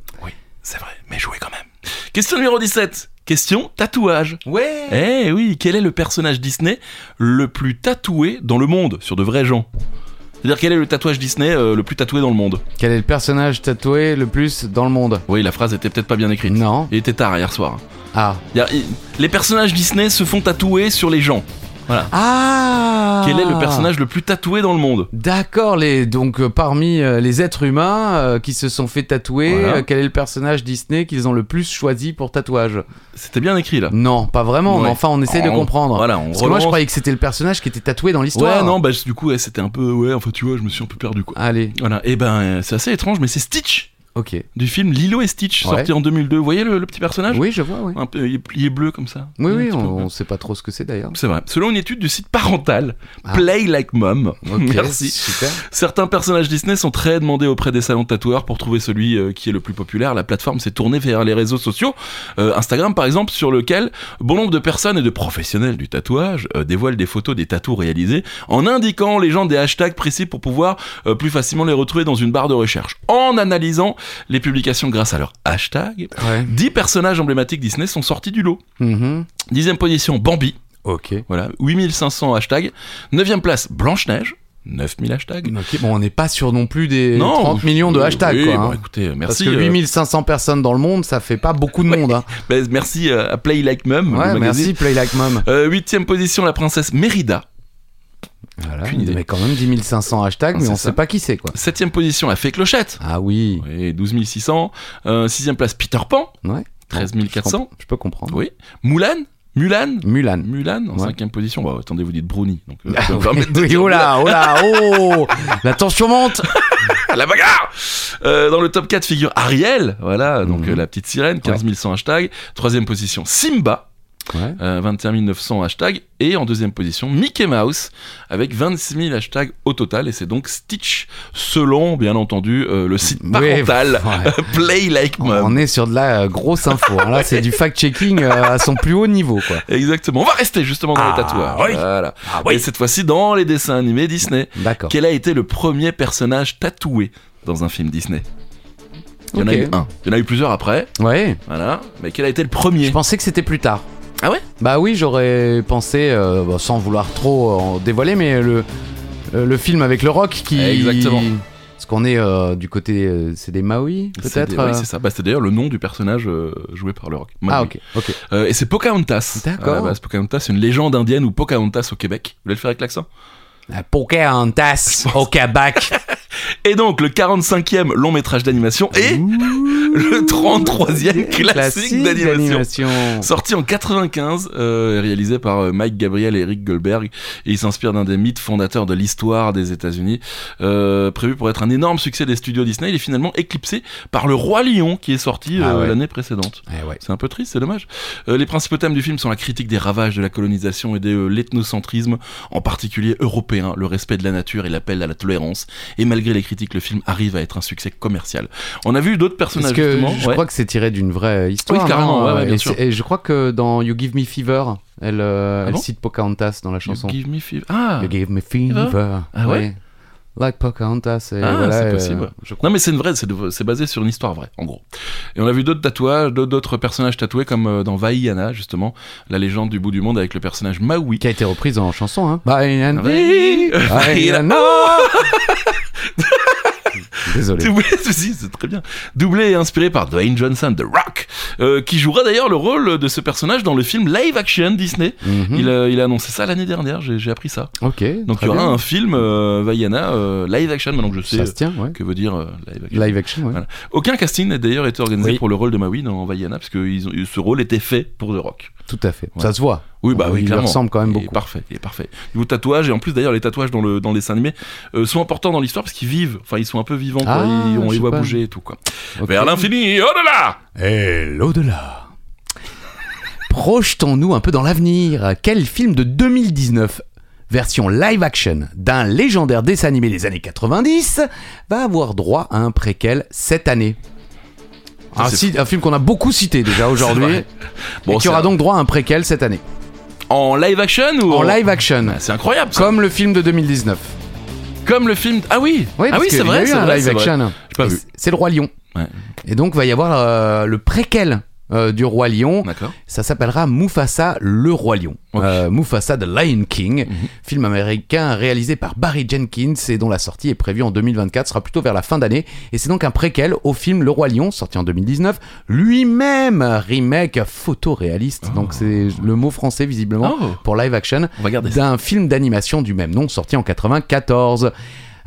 Speaker 1: C'est vrai, mais jouez quand même. Question numéro 17. Question tatouage.
Speaker 3: Ouais.
Speaker 1: Eh oui, quel est le personnage Disney le plus tatoué dans le monde sur de vrais gens C'est-à-dire quel est le tatouage Disney euh, le plus tatoué dans le monde
Speaker 3: Quel est le personnage tatoué le plus dans le monde
Speaker 1: Oui, la phrase était peut-être pas bien écrite.
Speaker 3: Non.
Speaker 1: Il était tard hier soir.
Speaker 3: Ah.
Speaker 1: Il y a- il- les personnages Disney se font tatouer sur les gens. Voilà.
Speaker 3: Ah.
Speaker 1: Quel est le personnage le plus tatoué dans le monde
Speaker 3: D'accord, les, donc euh, parmi euh, les êtres humains euh, qui se sont fait tatouer,
Speaker 1: Voilà.
Speaker 3: euh, quel est le personnage Disney qu'ils ont le plus choisi pour tatouage
Speaker 1: C'était bien écrit là.
Speaker 3: Non, pas vraiment,
Speaker 1: Ouais.
Speaker 3: mais enfin on essaye de
Speaker 1: Ah, On-
Speaker 3: comprendre.
Speaker 1: Voilà, on
Speaker 3: Parce que moi je
Speaker 1: relance.
Speaker 3: croyais que c'était le personnage qui était tatoué dans l'histoire. Ah.
Speaker 1: Ouais, non, bah du coup, ouais, c'était un peu. Ouais, enfin, tu vois, je me suis un peu perdu quoi.
Speaker 3: Allez,
Speaker 1: Voilà, et ben, euh, c'est assez étrange, mais c'est Stitch
Speaker 3: ok.
Speaker 1: du film Lilo et Stitch,
Speaker 3: Ouais.
Speaker 1: sorti en 2002. Vous voyez le, le petit personnage
Speaker 3: Oui, je vois, oui.
Speaker 1: un peu, il, est, il est bleu comme ça.
Speaker 3: Oui,
Speaker 1: Un
Speaker 3: oui,
Speaker 1: petit
Speaker 3: on,
Speaker 1: peu.
Speaker 3: on sait pas trop ce que
Speaker 1: *laughs*
Speaker 3: c'est d'ailleurs.
Speaker 1: C'est vrai. Selon une étude du site parental
Speaker 3: Ah.
Speaker 1: Play Like Mom,
Speaker 3: Ok,
Speaker 1: *laughs* merci.
Speaker 3: Super.
Speaker 1: Certains personnages Disney sont très demandés auprès des salons de tatoueurs pour trouver celui euh, qui est le plus populaire. La plateforme s'est tournée vers les réseaux sociaux, euh, Instagram par exemple, sur lequel bon nombre de personnes et de professionnels du tatouage euh, dévoilent des photos des tatous réalisés en indiquant les gens des hashtags précis pour pouvoir euh, plus facilement les retrouver dans une barre de recherche. En analysant les publications grâce à leurs hashtags,
Speaker 3: Ouais.
Speaker 1: 10 personnages emblématiques Disney sont sortis du lot.
Speaker 3: Mhm.
Speaker 1: Dixième position, Bambi,
Speaker 3: Ok.
Speaker 1: voilà, 8500 hashtags. Neuvième place, Blanche-Neige, 9000 hashtags.
Speaker 3: Ok, Bon, on n'est pas sûr non plus des
Speaker 1: Non,
Speaker 3: 30
Speaker 1: vous-
Speaker 3: millions de
Speaker 1: oui,
Speaker 3: hashtags.
Speaker 1: oui,
Speaker 3: quoi,
Speaker 1: bon,
Speaker 3: hein.
Speaker 1: écoutez,
Speaker 3: Parce
Speaker 1: merci.
Speaker 3: que
Speaker 1: euh,
Speaker 3: 8500 personnes dans le monde, ça fait pas beaucoup de
Speaker 1: *laughs*
Speaker 3: monde. hein.
Speaker 1: ben, merci euh, à Play Like Mum. le
Speaker 3: Ouais, merci
Speaker 1: magazine.
Speaker 3: Play Like Mom.
Speaker 1: Euh, Huitième position, la princesse Mérida.
Speaker 3: Voilà,
Speaker 1: Aucune idée.
Speaker 3: mais quand même 10 500 hashtags,
Speaker 1: Ah,
Speaker 3: mais
Speaker 1: c'est
Speaker 3: on
Speaker 1: ça.
Speaker 3: sait pas qui c'est quoi.
Speaker 1: Septième position, la fée Clochette.
Speaker 3: Ah oui,
Speaker 1: Oui, 12 600. Euh, sixième place, Peter Pan.
Speaker 3: Ouais.
Speaker 1: 13
Speaker 3: Je,
Speaker 1: 400.
Speaker 3: comp- je peux comprendre.
Speaker 1: Oui. Mulan. Mulan.
Speaker 3: Mulan.
Speaker 1: Mulan en
Speaker 3: Ouais.
Speaker 1: cinquième position. Bah, attendez, vous dites Brownie. Donc, euh, je
Speaker 3: Ah
Speaker 1: vais me
Speaker 3: oui,
Speaker 1: permettre de
Speaker 3: *laughs* oui,
Speaker 1: dire
Speaker 3: oh là,
Speaker 1: *laughs*
Speaker 3: oh là, oh La tension monte
Speaker 1: Ah, la bagarre Euh, Dans le top 4 figure Ariel, voilà, donc
Speaker 3: Mhm.
Speaker 1: euh, la petite sirène, 15 100 hashtags. Troisième position, Simba,
Speaker 3: Ouais.
Speaker 1: euh, 21 900 hashtags. Et en deuxième position, Mickey Mouse, avec 26 000 hashtags au total. Et c'est donc Stitch, selon, bien entendu, euh, le site
Speaker 3: Oui, *laughs*
Speaker 1: parental
Speaker 3: ouais.
Speaker 1: Play Like *laughs*
Speaker 3: On,
Speaker 1: Mom.
Speaker 3: on est sur de la euh, grosse info. hein. Là, c'est du fact-checking euh, à son plus haut niveau. Quoi.
Speaker 1: Exactement. On va rester justement dans les
Speaker 2: Ah,
Speaker 1: tatouages.
Speaker 2: oui.
Speaker 1: Voilà.
Speaker 2: Ah oui.
Speaker 1: Et cette fois-ci, dans les dessins animés Disney.
Speaker 3: D'accord.
Speaker 1: Quel a été le premier personnage tatoué dans un film Disney Il y en a
Speaker 3: Ok.
Speaker 1: eu un. Il y en a eu plusieurs après.
Speaker 3: Ouais.
Speaker 1: Voilà. Mais quel a été le premier
Speaker 3: Je pensais que c'était plus tard.
Speaker 1: Ah ouais
Speaker 3: Bah oui, j'aurais pensé, euh, bah, sans vouloir trop euh, en dévoiler, mais le, euh, le film avec le rock qui.
Speaker 1: Exactement.
Speaker 3: Parce qu'on est euh, du côté. euh, c'est des Maui,
Speaker 1: C'est
Speaker 3: peut-être
Speaker 1: des- oui,
Speaker 3: euh,
Speaker 1: c'est ça. Bah, c'est d'ailleurs le nom du personnage euh, joué par le rock.
Speaker 3: Ah ok, ok.
Speaker 1: Euh, et c'est Pocahontas.
Speaker 3: D'accord.
Speaker 1: À la base, Pocahontas, c'est une légende indienne ou Pocahontas au Québec. Vous voulez le faire avec l'accent *laughs*
Speaker 3: La Pocahontas au Québec.
Speaker 1: Et donc, le 45e long métrage d'animation et le 33e classique, d'animation. Sorti en 95, euh, réalisé par euh, Mike Gabriel et Eric Goldberg, et il s'inspire d'un des mythes fondateurs de l'histoire des États-Unis. Euh, prévu pour être un énorme succès des studios Disney, il est finalement éclipsé par Le Roi Lion qui est sorti
Speaker 3: Ah
Speaker 1: euh,
Speaker 3: ouais.
Speaker 1: l'année précédente.
Speaker 3: Eh ouais.
Speaker 1: C'est un peu triste, c'est dommage. Euh, les principaux thèmes du film sont la critique des ravages de la colonisation et de euh, l'ethnocentrisme, en particulier européen, le respect de la nature et l'appel à la tolérance. Et malgré les critiques, le film arrive à être un succès commercial. On a vu d'autres
Speaker 3: Parce
Speaker 1: personnages
Speaker 3: que
Speaker 1: justement.
Speaker 3: je
Speaker 1: ouais.
Speaker 3: crois que c'est tiré d'une vraie histoire.
Speaker 1: Oui, carrément,
Speaker 3: non
Speaker 1: ouais, ouais, bien
Speaker 3: et,
Speaker 1: sûr.
Speaker 3: c'est- et je crois que dans You Give Me Fever, elle, euh,
Speaker 1: Ah
Speaker 3: elle
Speaker 1: bon
Speaker 3: cite Pocahontas dans la
Speaker 1: You
Speaker 3: chanson.
Speaker 1: give me fever. Ah,
Speaker 3: You Give Me Fever.
Speaker 1: Ah ouais
Speaker 3: Like Pocahontas. et
Speaker 1: Ah,
Speaker 3: voilà,
Speaker 1: c'est
Speaker 3: euh,
Speaker 1: possible.
Speaker 3: je crois.
Speaker 1: Non mais c'est une vraie, c'est de- c'est basé sur une histoire vraie, en gros. Et on a vu d'autres tatouages, d'autres- d'autres personnages tatoués, comme euh, dans Vaiana, justement, la légende du bout du monde avec le personnage Maui. Ah
Speaker 3: Qui a été reprise en chanson, hein. Bye and
Speaker 1: Bye. Ah,
Speaker 3: be, bye
Speaker 1: *laughs*
Speaker 3: and be. Désolé.
Speaker 1: Doublé, *laughs* si, c'est très bien. Doublé et inspiré par Dwayne Johnson de Rock, euh, qui jouera d'ailleurs le rôle de ce personnage dans le film live action Disney.
Speaker 3: Mhm.
Speaker 1: Il, a, il a annoncé ça l'année dernière, j'ai j'ai appris ça.
Speaker 3: Ok.
Speaker 1: Donc il
Speaker 3: très
Speaker 1: y aura
Speaker 3: bien.
Speaker 1: un film euh, Vaiana euh, live action, maintenant que je sais
Speaker 3: Ça se tient, ouais.
Speaker 1: euh, que veut dire euh, live action.
Speaker 3: Live action, ouais.
Speaker 1: Voilà. Aucun casting n'a d'ailleurs été organisé
Speaker 3: Oui.
Speaker 1: pour le rôle de Maui dans Vaiana, parce que ils ont- ce rôle était fait pour The Rock.
Speaker 3: Tout à fait.
Speaker 1: Ouais.
Speaker 3: Ça se voit.
Speaker 1: Oui, bah oui,
Speaker 3: Il
Speaker 1: clairement.
Speaker 3: ressemble quand même
Speaker 1: Il est
Speaker 3: beaucoup.
Speaker 1: parfait, il est parfait. Niveau tatouage, et en plus d'ailleurs, les tatouages dans le, dans les dessins animés euh, sont importants dans l'histoire parce qu'ils vivent, enfin, ils sont un peu vivants, quoi.
Speaker 3: Ah,
Speaker 1: Ils- on
Speaker 3: je
Speaker 1: les
Speaker 3: sais
Speaker 1: voit
Speaker 3: pas.
Speaker 1: bouger et tout, quoi.
Speaker 3: Ok.
Speaker 1: Vers l'infini, au-delà
Speaker 2: Et l'au-delà.
Speaker 3: *laughs* Projetons-nous un peu dans l'avenir. Quel film de 2019, version live action d'un légendaire dessin animé des années 90, va avoir droit à un préquel cette année
Speaker 1: Ça,
Speaker 3: un,
Speaker 1: c'est
Speaker 3: si- un film qu'on a beaucoup
Speaker 1: *laughs*
Speaker 3: cité déjà aujourd'hui,
Speaker 1: vrai.
Speaker 3: bon,
Speaker 1: Bon,
Speaker 3: et qui aura
Speaker 1: c'est-
Speaker 3: donc droit à un préquel cette année,
Speaker 1: En live action ou
Speaker 3: en live action,
Speaker 1: Ah, C'est incroyable, ça.
Speaker 3: comme le film de 2019.
Speaker 1: Comme le film. Ah oui
Speaker 3: Oui,
Speaker 1: Ah
Speaker 3: parce
Speaker 1: oui,
Speaker 3: qu'il y
Speaker 1: c'est
Speaker 3: a
Speaker 1: vrai,
Speaker 3: eu
Speaker 1: c'est
Speaker 3: un
Speaker 1: vrai,
Speaker 3: live
Speaker 1: c'est vrai.
Speaker 3: action.
Speaker 1: J'ai pas
Speaker 3: Et
Speaker 1: vu.
Speaker 3: c'est- C'est le Roi Lion.
Speaker 1: Ouais.
Speaker 3: Et donc va y avoir euh, le préquel euh, du Roi Lion.
Speaker 1: D'accord.
Speaker 3: Ça s'appellera Mufasa le Roi Lion.
Speaker 1: Ok.
Speaker 3: Euh, Mufasa the Lion King,
Speaker 1: Mhm.
Speaker 3: film américain réalisé par Barry Jenkins et dont la sortie est prévue en 2024, sera plutôt vers la fin d'année. Et c'est donc un préquel au film Le Roi Lion, sorti en 2019, lui-même remake photoréaliste. Donc c'est le mot français visiblement
Speaker 1: Ah. Oh.
Speaker 3: pour live action
Speaker 1: On va garder ça.
Speaker 3: d'un film d'animation du même nom sorti en 94.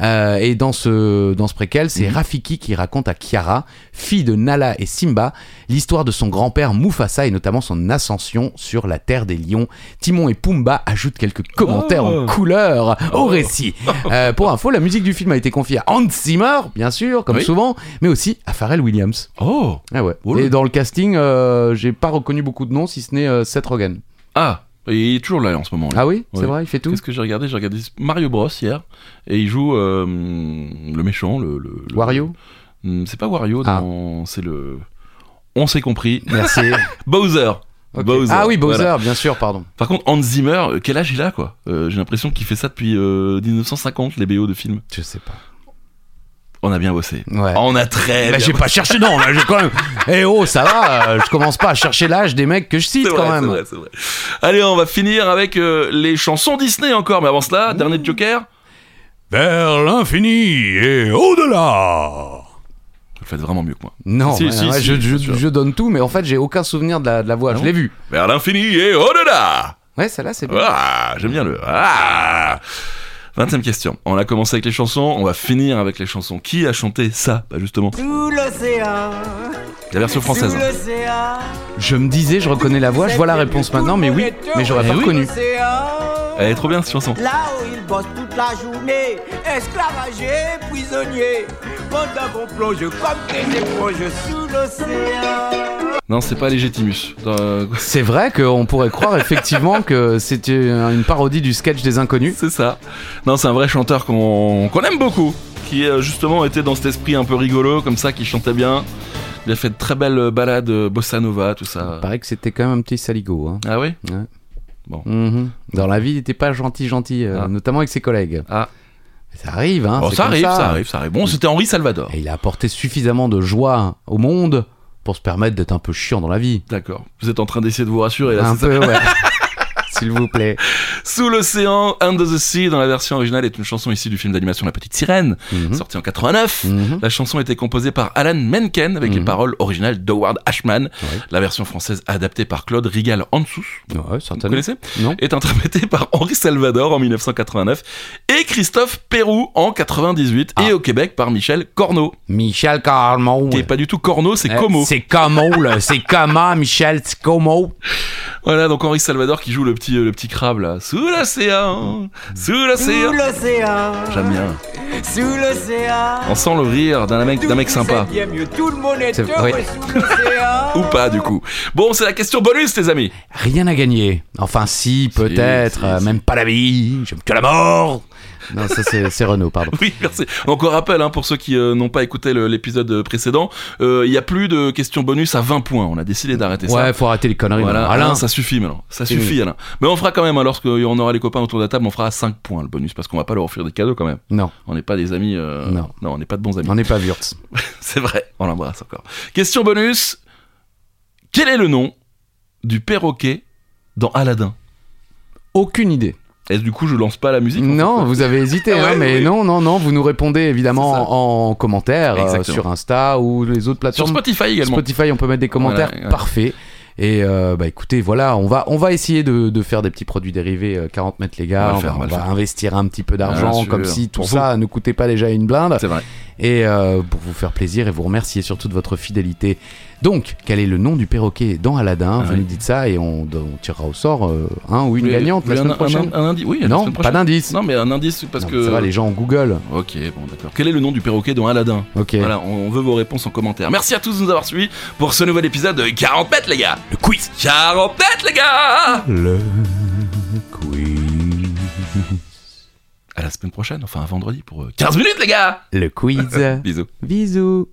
Speaker 3: Euh, et dans ce, dans ce préquel, c'est
Speaker 1: Mhm.
Speaker 3: Rafiki qui raconte à Kiara, fille de Nala et Simba, l'histoire de son grand-père Mufasa et notamment son ascension sur la terre des lions. Timon et Pumba ajoutent quelques commentaires
Speaker 1: Oh.
Speaker 3: en couleur au récit. Euh, pour info, la musique du film a été confiée à Hans Zimmer, bien sûr, comme
Speaker 1: Oui.
Speaker 3: souvent, mais aussi à Pharrell Williams.
Speaker 1: Oh
Speaker 3: Ah ouais.
Speaker 1: Oh là.
Speaker 3: Et dans le casting, euh, j'ai pas reconnu beaucoup de noms, si ce n'est euh, Seth Rogen.
Speaker 1: Ah Il est toujours là en ce moment. là.
Speaker 3: Ah oui,
Speaker 1: Ouais.
Speaker 3: c'est vrai, il fait tout.
Speaker 1: Qu'est-ce que j'ai regardé J'ai regardé Mario Bros hier et il joue euh, le méchant, le, le- le-
Speaker 3: Wario
Speaker 1: Hmm, C'est pas Wario,
Speaker 3: Ah.
Speaker 1: dans- c'est le. On s'est compris.
Speaker 3: Merci.
Speaker 1: Bowser.
Speaker 3: Ok.
Speaker 1: Bowser,
Speaker 3: Ah oui, Bowser,
Speaker 1: voilà.
Speaker 3: bien sûr, pardon.
Speaker 1: Par contre, Hans Zimmer, euh, quel âge il a quoi Euh, J'ai l'impression qu'il fait ça depuis euh, 1950 les BO de films.
Speaker 3: Je sais pas.
Speaker 1: On a bien bossé.
Speaker 3: Ouais.
Speaker 1: On a très.
Speaker 3: Bah,
Speaker 1: bien
Speaker 3: j'ai
Speaker 1: bossé.
Speaker 3: pas cherché, non, là, j'ai quand
Speaker 1: *laughs*
Speaker 3: même. Eh oh, ça va, euh, je commence pas à chercher l'âge des mecs que je cite
Speaker 1: C'est
Speaker 3: quand
Speaker 1: vrai, c'est
Speaker 3: même.
Speaker 1: vrai, c'est vrai. Allez, on va finir avec euh, les chansons Disney encore. Mais avant cela, dernier Joker.
Speaker 2: Vers l'infini et au-delà.
Speaker 1: Vous le faites vraiment mieux que moi.
Speaker 3: Non,
Speaker 1: Si,
Speaker 3: ouais,
Speaker 1: si,
Speaker 3: ouais,
Speaker 1: si,
Speaker 3: je, je-
Speaker 1: bien sûr.
Speaker 3: je donne tout, mais en fait, j'ai aucun souvenir de la, de la voix.
Speaker 1: Ah
Speaker 3: je l'ai vue.
Speaker 1: Vers l'infini et au-delà.
Speaker 3: Ouais, celle-là, c'est bien.
Speaker 1: Ah, j'aime bien le. Ah 20 question. On a commencé avec les chansons, on va finir avec les chansons. Qui a chanté ça Bah justement,
Speaker 9: Sous l'océan,
Speaker 1: la version française.
Speaker 9: sous
Speaker 1: hein.
Speaker 9: l'océan.
Speaker 3: Je me disais, je reconnais la voix, je vois la
Speaker 9: C'était
Speaker 3: réponse
Speaker 9: le
Speaker 3: maintenant, mais oui,
Speaker 9: tourneteur
Speaker 3: mais
Speaker 1: Eh
Speaker 3: j'aurais
Speaker 9: sous
Speaker 3: pas reconnu.
Speaker 9: l'océan.
Speaker 1: Elle est trop bien cette chanson.
Speaker 9: Là où ils bossent toute la journée, esclavagés, prisonniers, pendant qu'on plonge comme des éponges sous l'océan.
Speaker 1: Non, c'est pas Légitimus. Euh,
Speaker 3: C'est vrai qu'on pourrait croire effectivement que c'était une parodie du sketch des inconnus.
Speaker 1: c'est ça. Non, c'est un vrai chanteur qu'on qu'on aime beaucoup, qui euh, justement était dans cet esprit un peu rigolo, comme ça, qui chantait bien. Il a fait de très belles euh, balades euh, bossa nova, tout ça.
Speaker 3: Pareil que c'était quand même un petit saligo. Hein.
Speaker 1: Ah oui
Speaker 3: Mhm. Dans la vie, il était pas gentil, gentil, euh,
Speaker 1: Ah.
Speaker 3: notamment avec ses collègues.
Speaker 1: Ah.
Speaker 3: Ça arrive, hein.
Speaker 1: Bon,
Speaker 3: c'est
Speaker 1: Oh, ça
Speaker 3: comme
Speaker 1: arrive, ça. arrive, ça arrive. Bon, c'était Henri Salvador.
Speaker 3: Et il a apporté suffisamment de joie au monde pour se permettre d'être un peu chiant dans la vie.
Speaker 1: D'accord. Vous êtes en train d'essayer de vous rassurer là.
Speaker 3: un
Speaker 1: c'est ça
Speaker 3: peu,
Speaker 1: *laughs*
Speaker 3: ouais. S'il vous plaît.
Speaker 1: Sous l'océan, Under the Sea, dans la version originale, est une chanson issue du film d'animation La Petite Sirène,
Speaker 3: Mhm.
Speaker 1: sorti en 89.
Speaker 3: Mhm.
Speaker 1: La chanson était composée par Alan Menken avec les
Speaker 3: Mhm.
Speaker 1: paroles originales d'Howard Ashman.
Speaker 3: Ouais.
Speaker 1: La version française adaptée par Claude Rigal Ansous,
Speaker 3: Ouais,
Speaker 1: vous
Speaker 3: certainement.
Speaker 1: connaissez
Speaker 3: Non
Speaker 1: Est interprétée par Henri Salvador en 1989 et Christophe Pérou en 98 et
Speaker 3: Ah.
Speaker 1: au Québec par Michel Corneau,
Speaker 3: Michel Carmon.
Speaker 1: qui est pas du tout Corneau, c'est
Speaker 3: Eh,
Speaker 1: Como.
Speaker 3: C'est Como, là. C'est comment, Michel C'est Como.
Speaker 1: Voilà, donc Henri Salvador qui joue le petit, euh, le petit crabe là. Sous l'océan, hein. sous
Speaker 9: Sous
Speaker 1: l'océan.
Speaker 9: l'océan.
Speaker 1: J'aime bien.
Speaker 9: Sous l'océan.
Speaker 1: On sent le rire d'un mec, d'un mec sympa.
Speaker 9: Bien mieux, tout le monde est
Speaker 3: C'est-
Speaker 9: heureux
Speaker 3: oui.
Speaker 9: sous l'océan.
Speaker 1: Ou pas, du coup. Bon, c'est la question bonus, les amis. *laughs*
Speaker 3: Rien à gagner. Enfin, si, peut-être.
Speaker 1: si,
Speaker 3: euh,
Speaker 1: si.
Speaker 3: Même pas la vie. J'aime que la mort. Non, ça c'est c'est
Speaker 1: *laughs*
Speaker 3: Renault, pardon.
Speaker 1: Oui, merci. Encore rappel, hein, pour ceux qui euh, n'ont pas écouté le- l'épisode précédent, euh, il y a plus de questions bonus à 20 points. On a décidé d'arrêter ça.
Speaker 3: Ouais, faut arrêter les conneries.
Speaker 1: Voilà,
Speaker 3: maintenant. Alain,
Speaker 1: Alain, ça suffit maintenant. Ça
Speaker 3: C'est
Speaker 1: suffit, Alain. Mais on fera quand même, hein, lorsqu'on aura les copains autour de la table, on fera 5 points le bonus parce qu'on va pas leur offrir des cadeaux quand même.
Speaker 3: non,
Speaker 1: On n'est pas des amis. euh,
Speaker 3: Non.
Speaker 1: on n'est pas de bons amis.
Speaker 3: on n'est pas Wurtz.
Speaker 1: C'est vrai, on l'embrasse encore. Question bonus Quel est le nom du perroquet dans Aladdin
Speaker 3: Aucune idée.
Speaker 1: Et du coup, je lance pas la musique en
Speaker 3: Non,
Speaker 1: fait.
Speaker 3: vous avez
Speaker 1: *laughs*
Speaker 3: hésité, hein,
Speaker 1: Ah Ouais,
Speaker 3: mais
Speaker 1: oui.
Speaker 3: non, non, non, vous nous répondez évidemment
Speaker 1: C'est ça.
Speaker 3: en commentaire euh,
Speaker 1: Exactement.
Speaker 3: sur Insta ou les autres
Speaker 1: Sur
Speaker 3: plateformes.
Speaker 1: Spotify également.
Speaker 3: Spotify, on peut mettre des commentaires,
Speaker 1: Voilà, ouais.
Speaker 3: parfait. Et euh, bah écoutez, voilà, on va on va essayer de, de faire des petits produits dérivés euh, 40 mètres les
Speaker 1: On va
Speaker 3: gars.
Speaker 1: le
Speaker 3: On
Speaker 1: faire,
Speaker 3: va,
Speaker 1: on va le
Speaker 3: on va
Speaker 1: faire.
Speaker 3: investir un petit peu
Speaker 1: Bien
Speaker 3: d'argent,
Speaker 1: sûr,
Speaker 3: comme si tout
Speaker 1: pour
Speaker 3: ça ne coûtait pas déjà une blinde,
Speaker 1: C'est vrai.
Speaker 3: et euh, pour vous faire plaisir et vous remercier surtout de votre fidélité. Donc, quel est le nom du perroquet dans Aladdin
Speaker 1: Ah
Speaker 3: Vous
Speaker 1: oui.
Speaker 3: nous dites ça et on, on tirera au sort euh, un ou une
Speaker 1: Vous voulez-
Speaker 3: gagnante
Speaker 1: vous
Speaker 3: la
Speaker 1: voulez
Speaker 3: semaine
Speaker 1: un- un-
Speaker 3: prochaine.
Speaker 1: un indi- Oui, la
Speaker 3: non,
Speaker 1: semaine
Speaker 3: pas
Speaker 1: prochaine.
Speaker 3: d'indice.
Speaker 1: Non, mais un indice parce
Speaker 3: Non,
Speaker 1: que.
Speaker 3: Ça va, les gens on Google.
Speaker 1: Ok, bon d'accord. Quel est le nom du perroquet dans Aladdin
Speaker 3: Ok.
Speaker 1: Voilà, on on veut vos réponses en commentaire. Merci à tous de nous avoir suivis pour ce nouvel épisode de 40 mètres, les gars
Speaker 2: Le quiz.
Speaker 1: 40 mètres, les gars
Speaker 2: Le quiz.
Speaker 1: À la semaine prochaine, enfin un vendredi pour euh, 15 minutes, les gars
Speaker 3: Le quiz.
Speaker 1: *laughs* Bisous.
Speaker 3: Bisous.